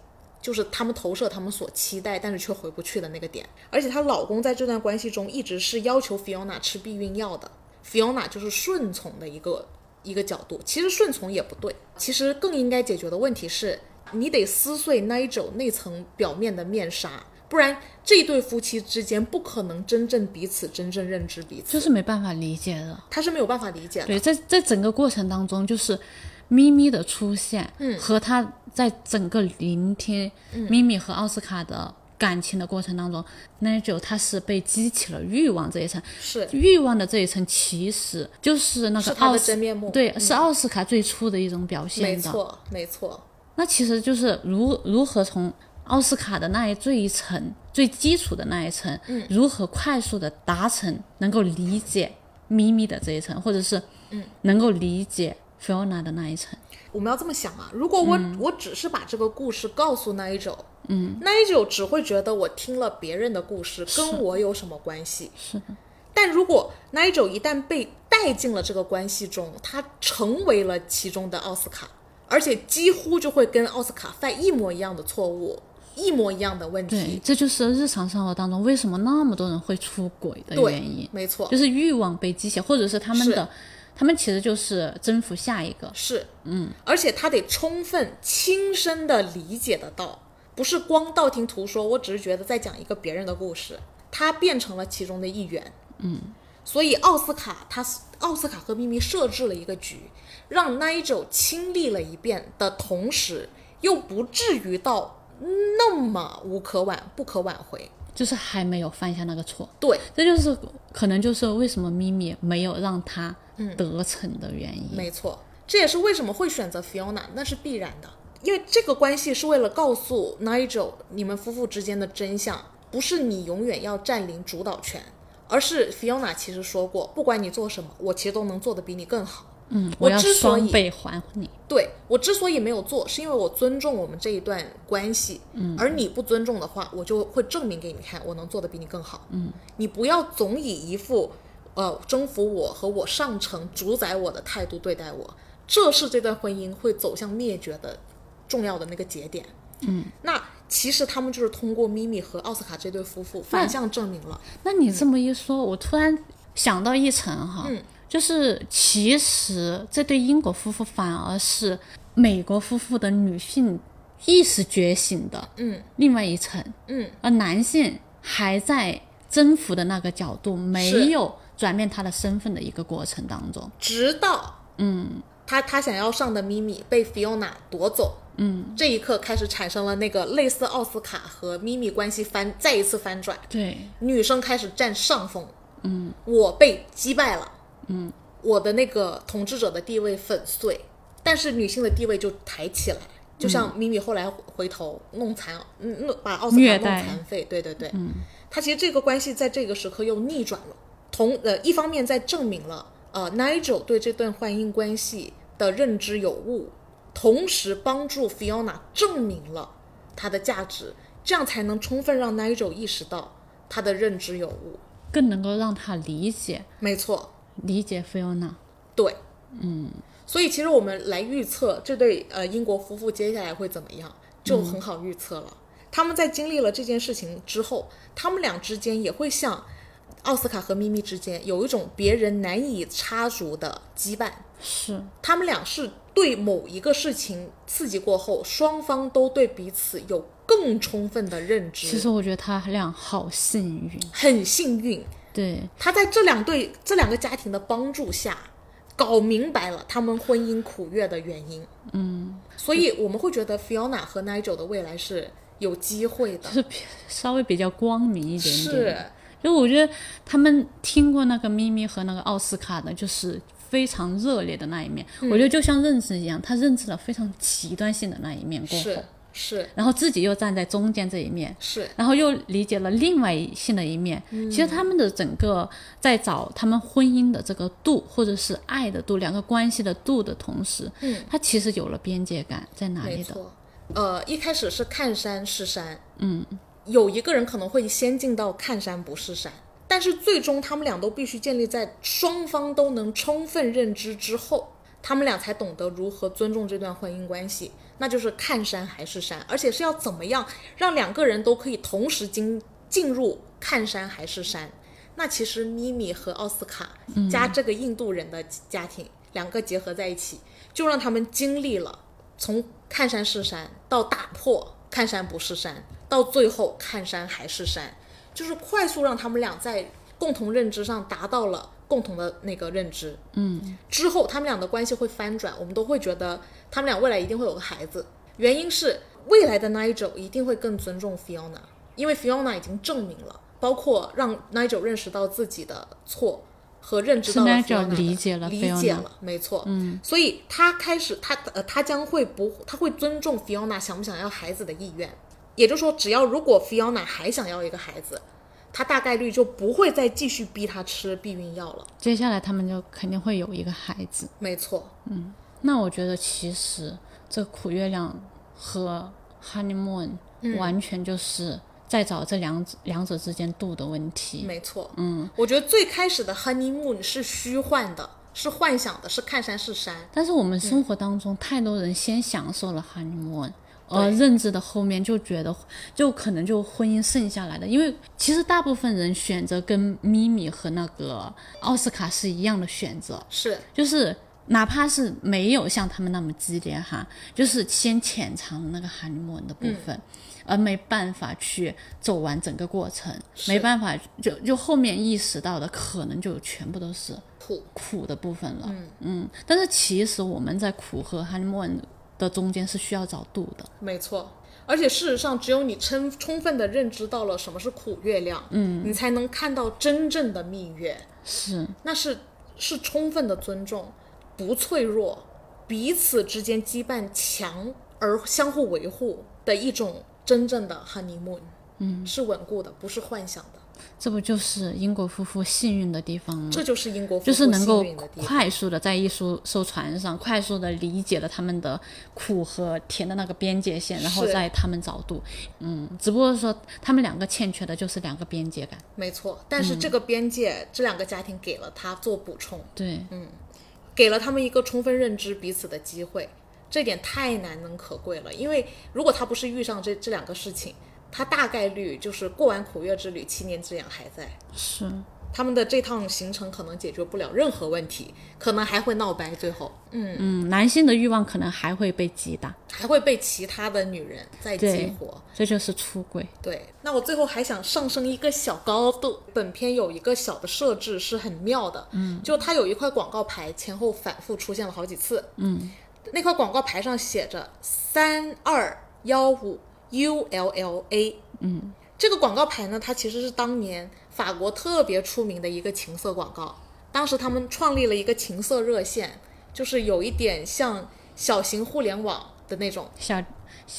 Speaker 1: 就是他们投射他们所期待，但是却回不去的那个点。而且她老公在这段关系中一直是要求 Fiona 吃避孕药的，Fiona 就是顺从的一个一个角度。其实顺从也不对，其实更应该解决的问题是你得撕碎 Nigel 那层表面的面纱，不然这对夫妻之间不可能真正彼此真正认知彼
Speaker 2: 就
Speaker 1: 此，
Speaker 2: 是没办法理解的。
Speaker 1: 他是没有办法理解的。
Speaker 2: 对，在在整个过程当中，就是咪咪的出现，嗯，和他在整个聆听、
Speaker 1: 嗯
Speaker 2: 咪咪和奥斯卡的感情的过程当中，Nigel 他是被激起了欲望这一层，
Speaker 1: 是
Speaker 2: 欲望的这一层其实就是那
Speaker 1: 是
Speaker 2: 个
Speaker 1: 他
Speaker 2: 奥
Speaker 1: 的
Speaker 2: 斯
Speaker 1: 真面目，
Speaker 2: 哦
Speaker 1: 嗯
Speaker 2: 对，嗯是奥斯卡最初的一种表
Speaker 1: 没
Speaker 2: 现的。
Speaker 1: 错，没错，
Speaker 2: 那其实就是如如何从奥斯卡的那一最一层最基础的那一层，
Speaker 1: 嗯
Speaker 2: 如何快速的达成能够理解咪咪的这一层，或者是
Speaker 1: 嗯
Speaker 2: 能够理解 Fiona 的那一层，
Speaker 1: 我们要这么想啊，如果我、
Speaker 2: 嗯
Speaker 1: 我只是把这个故事告诉 Nigel，嗯，Nigel 只会觉得我听了别人的故事，跟我有什么关系？
Speaker 2: 是的，
Speaker 1: 但如果 Nigel 一旦被带进了这个关系中，他成为了其中的奥斯卡，而且几乎就会跟奥斯卡犯一模一样的错误，一模一样的问
Speaker 2: 对
Speaker 1: 题，。
Speaker 2: 这就是日常生活当中为什么那么多人会出轨的原因，
Speaker 1: 没错，
Speaker 2: 就是欲望被激起，或者是他们的，他们其实就是征服下一个，
Speaker 1: 是，嗯，而且他得充分亲身的理解得到，不是光道听途说。我只是觉得在讲一个别人的故事，他变成了其中的一员，嗯。所以奥斯卡他奥斯卡和咪咪设置了一个局，让 Nigel 亲历了一遍的同时，又不至于到那么无可挽不可挽回。
Speaker 2: 就是还没有犯下那个错，
Speaker 1: 对，
Speaker 2: 这就是可能就是为什么咪咪没有让他
Speaker 1: 嗯
Speaker 2: 得逞的原因。
Speaker 1: 没错，这也是为什么会选择 Fiona，那是必然的，因为这个关系是为了告诉 Nigel 你们夫妇之间的真相，不是你永远要占领主导权，而是 Fiona 其实说过，不管你做什么，我其实都能做得比你更好。
Speaker 2: 嗯，
Speaker 1: 我
Speaker 2: 要
Speaker 1: 之所
Speaker 2: 双
Speaker 1: 以
Speaker 2: 倍还你。
Speaker 1: 对我之所以没有做，是因为我尊重我们这一段关系。嗯，而你不尊重的话，我就会证明给你看，我能做的比你更好。嗯，你不要总以一副呃征服我和我上乘、主宰我的态度对待我，这是这段婚姻会走向灭绝的重要的那个节点。嗯，那其实他们就是通过咪咪和奥斯卡这对夫妇反向证明了。
Speaker 2: 那你这么一说，我突然想到一层哈，就是其实这对英国夫妇反而是美国夫妇的女性意识觉醒的，嗯，另外一层，
Speaker 1: 嗯，
Speaker 2: 而男性还在征服的那个角度没有转变他的身份的一个过程当中，
Speaker 1: 直到嗯，他他想要上的咪咪被 Fiona 夺走，嗯，这一刻开始产生了那个类似奥斯卡和咪咪关系翻再一次翻转，
Speaker 2: 对，
Speaker 1: 女生开始占上风，嗯，我被击败了，嗯，我的那个统治者的地位粉碎，但是女性的地位就抬起来。就像咪咪后来回头弄残，嗯，弄把奥斯卡
Speaker 2: 虐
Speaker 1: 弄
Speaker 2: 待
Speaker 1: 残废，对对对，嗯，他其实这个关系在这个时刻又逆转了，同呃一方面在证明了呃 Nigel 对这段婚姻关系的认知有误，同时帮助 Fiona 证明了他的价值，这样才能充分让 Nigel 意识到他的认知有误。
Speaker 2: 更能够让他理解
Speaker 1: 没错，
Speaker 2: 理解菲欧娜。
Speaker 1: 对，嗯，所以其实我们来预测这对呃英国夫妇接下来会怎么样，
Speaker 2: 嗯
Speaker 1: 就很好预测了。他们在经历了这件事情之后，他们俩之间也会像奥斯卡和咪咪之间有一种别人难以插足的羁绊。
Speaker 2: 是，
Speaker 1: 他们俩是对某一个事情刺激过后，双方都对彼此有更充分的认知，
Speaker 2: 其实我觉得他俩好幸运，
Speaker 1: 很幸运。
Speaker 2: 对，
Speaker 1: 他在这两对这两个家庭的帮助下，搞明白了他们婚姻苦越的原因。嗯，所以我们会觉得 Fiona 和 Nigel 的未来是有机会的
Speaker 2: 就。是比稍微比较光明一点点。
Speaker 1: 是，
Speaker 2: 就我觉得他们听过那个咪咪和那个奥斯卡的，就是非常热烈的那一面。
Speaker 1: 嗯
Speaker 2: 我觉得就像认识一样，他认识了非常极端性的那一面过后
Speaker 1: 是，是
Speaker 2: 然后自己又站在中间这一面。
Speaker 1: 是，
Speaker 2: 然后又理解了另外一性的一面。
Speaker 1: 嗯
Speaker 2: 其实他们的整个在找他们婚姻的这个度，或者是爱的度，两个关系的度的同时，嗯，他其实有了边界感在哪
Speaker 1: 没
Speaker 2: 里的。
Speaker 1: 错。呃，一开始是看山是山，嗯，有一个人可能会先进到看山不是山，但是最终他们俩都必须建立在双方都能充分认知之后，他们俩才懂得如何尊重这段婚姻关系，那就是看山还是山，而且是要怎么样让两个人都可以同时进进入看山还是山。那其实咪咪和奥斯卡
Speaker 2: 嗯
Speaker 1: 加这个印度人的家庭，两个结合在一起，就让他们经历了从看山是山到打破看山不是山，到最后看山还是山，就是快速让他们俩在共同认知上达到了共同的那个认知。嗯，之后他们俩的关系会翻转，我们都会觉得他们俩未来一定会有个孩子。原因是未来的 Nigel 一定会更尊重 Fiona，因为 Fiona 已经证明了，包括让 Nigel 认识到自己的错和认知到了
Speaker 2: 是
Speaker 1: Fiona 的
Speaker 2: Nigel 理解了
Speaker 1: 理
Speaker 2: Fiona
Speaker 1: 解了，没错。嗯，所以他开始他呃他将会不他会尊重 Fiona 想不想要孩子的意愿，也就是说，只要如果 Fiona 还想要一个孩子，他大概率就不会再继续逼他吃避孕药了。
Speaker 2: 接下来他们就肯定会有一个孩子。
Speaker 1: 没错，
Speaker 2: 那我觉得其实这个苦月亮和 honeymoon 完全就是在找这两者两者之间度的问题。
Speaker 1: 没错，嗯，我觉得最开始的 honeymoon 是虚幻的，是幻想的，是看山是山，
Speaker 2: 但是我们生活当中太多人先享受了 honeymoon，、而认知的后面就觉得就可能就婚姻剩下来的，因为其实大部分人选择跟咪咪和那个奥斯卡是一样的选择，
Speaker 1: 是
Speaker 2: 就是哪怕是没有像他们那么激烈哈，就是先浅尝那个 honeymoon 的部分。而没办法去走完整个过程，没办法就就后面意识到的可能就全部都是
Speaker 1: 苦，
Speaker 2: 苦的部分了。嗯但是其实我们在苦和 honeymoon 的中间是需要找度的。
Speaker 1: 没错。而且事实上，只有你充充分的认知到了什么是苦月亮，嗯，你才能看到真正的蜜月，
Speaker 2: 是，
Speaker 1: 那是是充分的尊重，不脆弱，彼此之间羁绊强而相互维护的一种真正的 honeymoon，嗯，是稳固的，不是幻想的。
Speaker 2: 这不就是英国夫妇幸运的地方吗？
Speaker 1: 这就是英国夫妇
Speaker 2: 就是能够
Speaker 1: 幸运的地方
Speaker 2: 快速的在一艘艘船上快速的理解了他们的苦和甜的那个边界线，然后
Speaker 1: 是
Speaker 2: 在他们找度，嗯，只不过说他们两个欠缺的就是两个边界感，
Speaker 1: 没错，但是这个边界，
Speaker 2: 嗯
Speaker 1: 这两个家庭给了他做补充，
Speaker 2: 对，
Speaker 1: 嗯给了他们一个充分认知彼此的机会，这点太难能可贵了。因为如果他不是遇上这这两个事情，他大概率就是过完苦月之旅，七年之痒还在。
Speaker 2: 是，
Speaker 1: 他们的这趟行程可能解决不了任何问题，可能还会闹掰，最后
Speaker 2: 嗯，男性的欲望可能还会被击打，
Speaker 1: 还会被其他的女人再激
Speaker 2: 对
Speaker 1: 活。，
Speaker 2: 这就是出轨，
Speaker 1: 对，那我最后还想上升一个小高度。本片有一个小的设置是很妙的，嗯，就它有一块广告牌前后反复出现了好几次，嗯，那块广告牌上写着三二幺五 U L L A，嗯，这个广告牌呢，它其实是当年法国特别出名的一个情色广告，当时他们创立了一个情色热线，就是有一点像小型互联网的那种，
Speaker 2: 小
Speaker 1: 的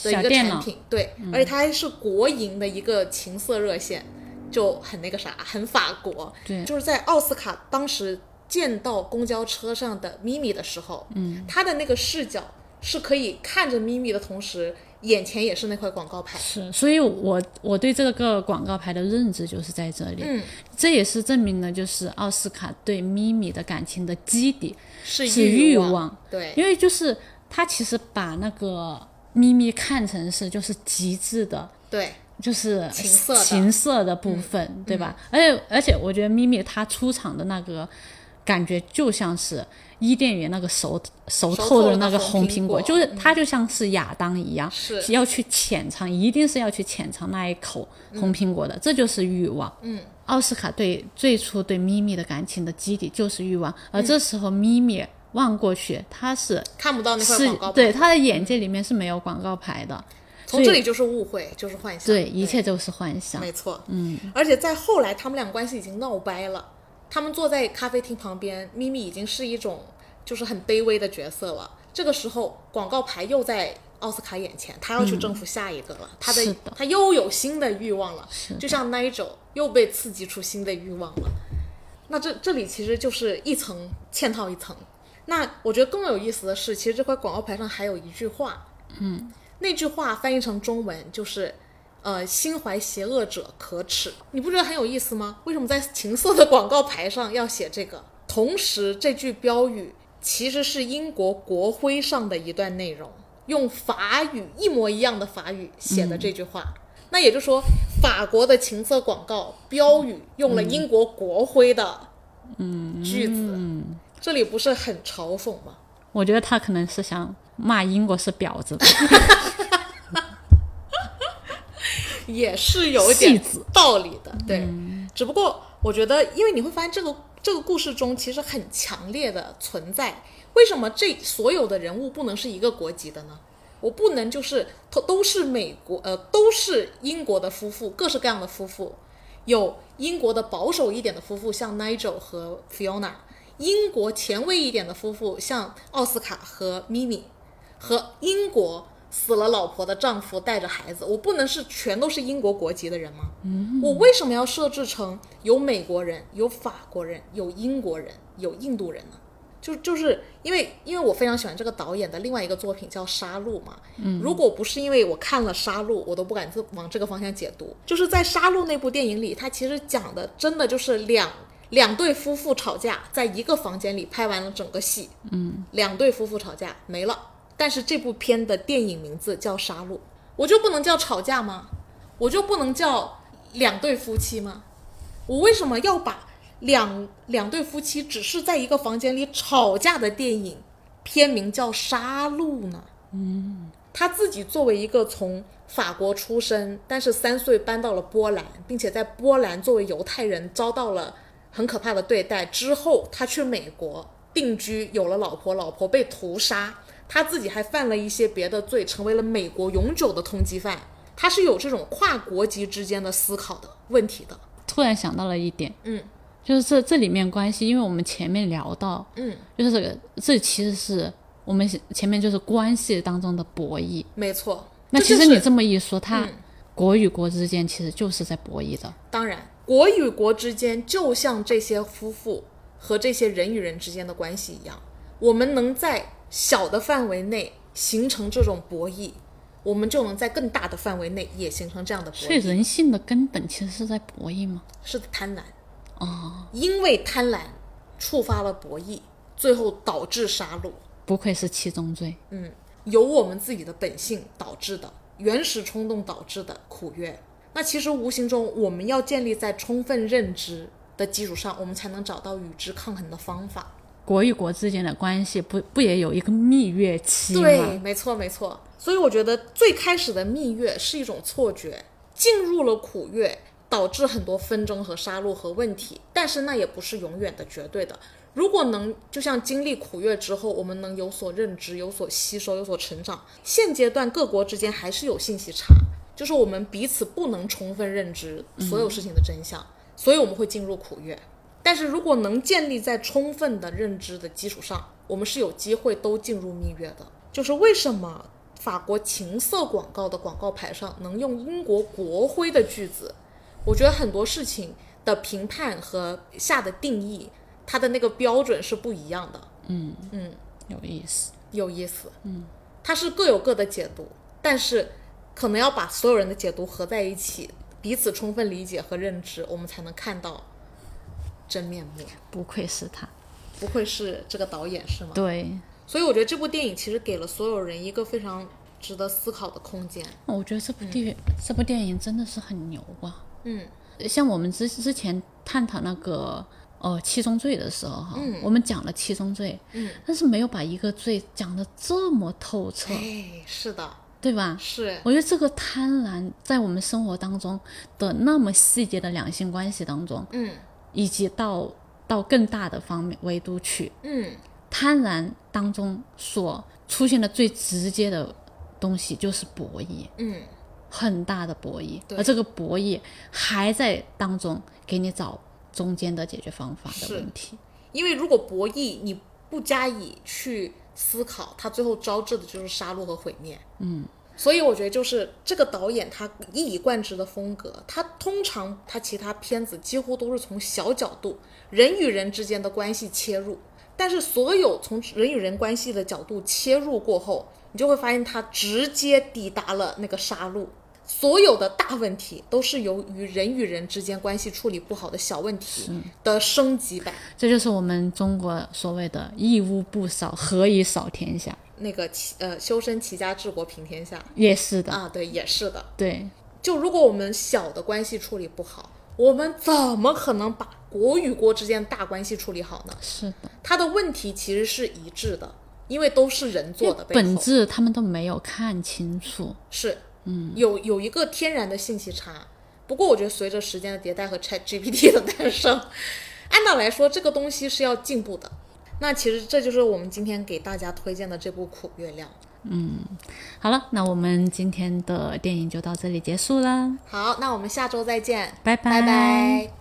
Speaker 1: 一
Speaker 2: 小
Speaker 1: 个
Speaker 2: 电
Speaker 1: 产
Speaker 2: 脑，嗯
Speaker 1: 品，对，而且它还是国营的一个情色热线，就很那个啥，很法国。
Speaker 2: 对
Speaker 1: 就是在奥斯卡当时见到公交车上的咪咪的时候，嗯，他的那个视角是可以看着咪咪的同时，眼前也是那块广告牌。
Speaker 2: 是，所以我我对这个广告牌的认知就是在这里，
Speaker 1: 嗯，
Speaker 2: 这也是证明了就是奥斯卡对咪咪的感情的基底，
Speaker 1: 是
Speaker 2: 是
Speaker 1: 欲
Speaker 2: 欲
Speaker 1: 望，
Speaker 2: 望
Speaker 1: 对，
Speaker 2: 因为就是他其实把那个咪咪看成是就是极致的，
Speaker 1: 对，
Speaker 2: 就是
Speaker 1: 情色的
Speaker 2: 情色的嗯部分，对吧？而且而且我觉得咪咪她出场的那个感觉就像是伊甸园那个熟熟透的那个
Speaker 1: 熟透的那个红
Speaker 2: 红苹
Speaker 1: 苹果
Speaker 2: 果，嗯就是她就像是亚当一样，
Speaker 1: 是
Speaker 2: 要去浅尝，一定是要去浅尝那一口红苹果的，这就是欲望。嗯。奥斯卡对最初对咪咪的感情的基底就是欲望，而这时候咪咪望过去，她是
Speaker 1: 看不到那块
Speaker 2: 是
Speaker 1: 广告牌。嗯
Speaker 2: 对，他的眼界里面是没有广告牌的，
Speaker 1: 从这
Speaker 2: 所以
Speaker 1: 里就是误会，就是幻想，
Speaker 2: 对，一切都是幻想
Speaker 1: 没。错，嗯，而且在后来，他们俩关系已经闹掰了。他们坐在咖啡厅旁边，咪咪已经是一种就是很卑微的角色了。这个时候，广告牌又在奥斯卡眼前，他要去征服下一个了。他
Speaker 2: 嗯是
Speaker 1: 的
Speaker 2: 的
Speaker 1: 他又有新的欲望了
Speaker 2: 是，的
Speaker 1: 就像 Nigel 又被刺激出新的欲望了。那这这里其实就是一层嵌套一层。那我觉得更有意思的是，其实这块广告牌上还有一句话，那句话翻译成中文就是，呃，心怀邪恶者可耻。你不觉得很有意思吗？为什么在情色的广告牌上要写这个？同时，这句标语其实是英国国徽上的一段内容，用法语一模一样的法语写
Speaker 2: 嗯
Speaker 1: 的这句话。那也就是说，法国的情色广告标语用
Speaker 2: 嗯
Speaker 1: 了英国国徽的句子，
Speaker 2: 嗯
Speaker 1: 这里不是很嘲讽吗？
Speaker 2: 我觉得他可能是想骂英国是 婊子吧，
Speaker 1: 也是有点
Speaker 2: 戏子
Speaker 1: 道理的，对。只不过我觉得，因为你会发现这个这个故事中其实很强烈的存在，为什么这所有的人物不能是一个国籍的呢？我不能就是都都是美国呃都是英国的夫妇，各式各样的夫妇，有英国的保守一点的夫妇，像 Nigel 和 Fiona，英国前卫一点的夫妇，像奥斯卡和 Mimi，和英国死了老婆的丈夫带着孩子，我不能是全都是英国国籍的人吗？我为什么要设置成有美国人、有法国人、有英国人、有印度人呢？就就是因为因为我非常喜欢这个导演的另外一个作品叫《杀戮》嘛，嗯，如果不是因为我看了《杀戮》，我都不敢自往这个方向解读。就是在《杀戮》那部电影里，它其实讲的真的就是两两对夫妇吵架，在一个房间里拍完了整个戏，两对夫妇吵架没了，但是这部片的电影名字叫《杀戮》，我就不能叫吵架吗？我就不能叫两对夫妻吗？我为什么要把两两对夫妻只是在一个房间里吵架的电影片名叫《杀戮》呢？他自己作为一个从法国出生，但是三岁搬到了波兰，并且在波兰作为犹太人遭到了很可怕的对待之后，他去美国定居，有了老婆，老婆被屠杀，他自己还犯了一些别的罪，成为了美国永久的通缉犯。他是有这种跨国籍之间的思考的问题的，
Speaker 2: 突然想到了一点，
Speaker 1: 嗯，
Speaker 2: 就是这这里面关系，因为我们前面聊到，
Speaker 1: 嗯，
Speaker 2: 就是这个这其实是我们前面就是关系当中的博弈。
Speaker 1: 没错。
Speaker 2: 那
Speaker 1: 这
Speaker 2: 其
Speaker 1: 就
Speaker 2: 实你
Speaker 1: 是
Speaker 2: 这么一说，他
Speaker 1: 嗯
Speaker 2: 国与国之间其实就是在博弈的，
Speaker 1: 当然，国与国之间就像这些夫妇和这些人与人之间的关系一样，我们能在小的范围内形成这种博弈，我们就能在更大的范围内也形成这样的博
Speaker 2: 所以
Speaker 1: 弈。
Speaker 2: 人性的根本其实是在博弈嘛。
Speaker 1: 是的，贪婪，
Speaker 2: 哦，
Speaker 1: 因为贪婪触发了博弈，最后导致杀戮。
Speaker 2: 不愧是七宗罪。
Speaker 1: 嗯，由我们自己的本性导致的、原始冲动导致的苦乐。那其实无形中，我们要建立在充分认知的基础上，我们才能找到与之抗衡的方法。
Speaker 2: 国与国之间的关系不不也有一个蜜月期吗？
Speaker 1: 对，没错，没错。所以我觉得最开始的蜜月是一种错觉，进入了苦月，导致很多纷争和杀戮和问题。但是那也不是永远的、绝对的。如果能，就像经历苦月之后，我们能有所认知、有所吸收、有所成长。现阶段各国之间还是有信息差，就是我们彼此不能充分认知所有事情的真相，所以我们会进入苦月。但是如果能建立在充分的认知的基础上，我们是有机会都进入蜜月的。就是为什么法国情色广告的广告牌上能用英国国徽的句子？我觉得很多事情的评判和下的定义，它的那个标准是不一样的，
Speaker 2: 有意思。
Speaker 1: 有意思。嗯，它是各有各的解读，但是可能要把所有人的解读合在一起，彼此充分理解和认知，我们才能看到真面目。
Speaker 2: 不愧是他。
Speaker 1: 不愧是这个导演是吗？
Speaker 2: 对，
Speaker 1: 所以我觉得这部电影其实给了所有人一个非常值得思考的空间。
Speaker 2: 我觉得这部电、这部电影真的是很牛啊。
Speaker 1: 嗯，
Speaker 2: 像我们之之前探讨那个呃七宗罪的时候哈，我们讲了七宗罪，嗯，但是没有把一个罪讲得这么透彻，
Speaker 1: 哎，是的，
Speaker 2: 对吧？
Speaker 1: 是
Speaker 2: 我觉得这个贪婪在我们生活当中的那么细节的两性关系当中，
Speaker 1: 嗯，
Speaker 2: 以及到到更大的方面维度去，
Speaker 1: 嗯，
Speaker 2: 贪婪当中所出现的最直接的东西就是博弈，
Speaker 1: 嗯，
Speaker 2: 很大的博弈，
Speaker 1: 对
Speaker 2: 而这个博弈还在当中给你找中间的解决方法的
Speaker 1: 是
Speaker 2: 问题，
Speaker 1: 因为如果博弈你不加以去思考，它最后招致的就是杀戮和毁灭。嗯，所以我觉得就是这个导演他一以贯之的风格，他通常他其他片子几乎都是从小角度，人与人之间的关系切入。但是所有从人与人关系的角度切入过后，你就会发现他直接抵达了那个杀戮。所有的大问题都是由于人与人之间关系处理不好的小问题的升级版。
Speaker 2: 这就是我们中国所谓的“一屋不扫，何以扫天下
Speaker 1: 那个齐呃修身齐家治国平天下”，
Speaker 2: 也是的，
Speaker 1: 啊，对，也是的。
Speaker 2: 对，
Speaker 1: 就如果我们小的关系处理不好，我们怎么可能把国与国之间的大关系处理好呢？
Speaker 2: 是的。
Speaker 1: 它的问题其实是一致的，因为都是人做的背后，
Speaker 2: 本质他们都没有看清楚，
Speaker 1: 是嗯有有一个天然的信息差。不过我觉得随着时间的迭代和 Chat GPT 的诞生，按道来说这个东西是要进步的。那其实这就是我们今天给大家推荐的这部《苦月亮》。
Speaker 2: 好了，那我们今天的电影就到这里结束了。
Speaker 1: 好，那我们下周再见，
Speaker 2: 拜
Speaker 1: 拜拜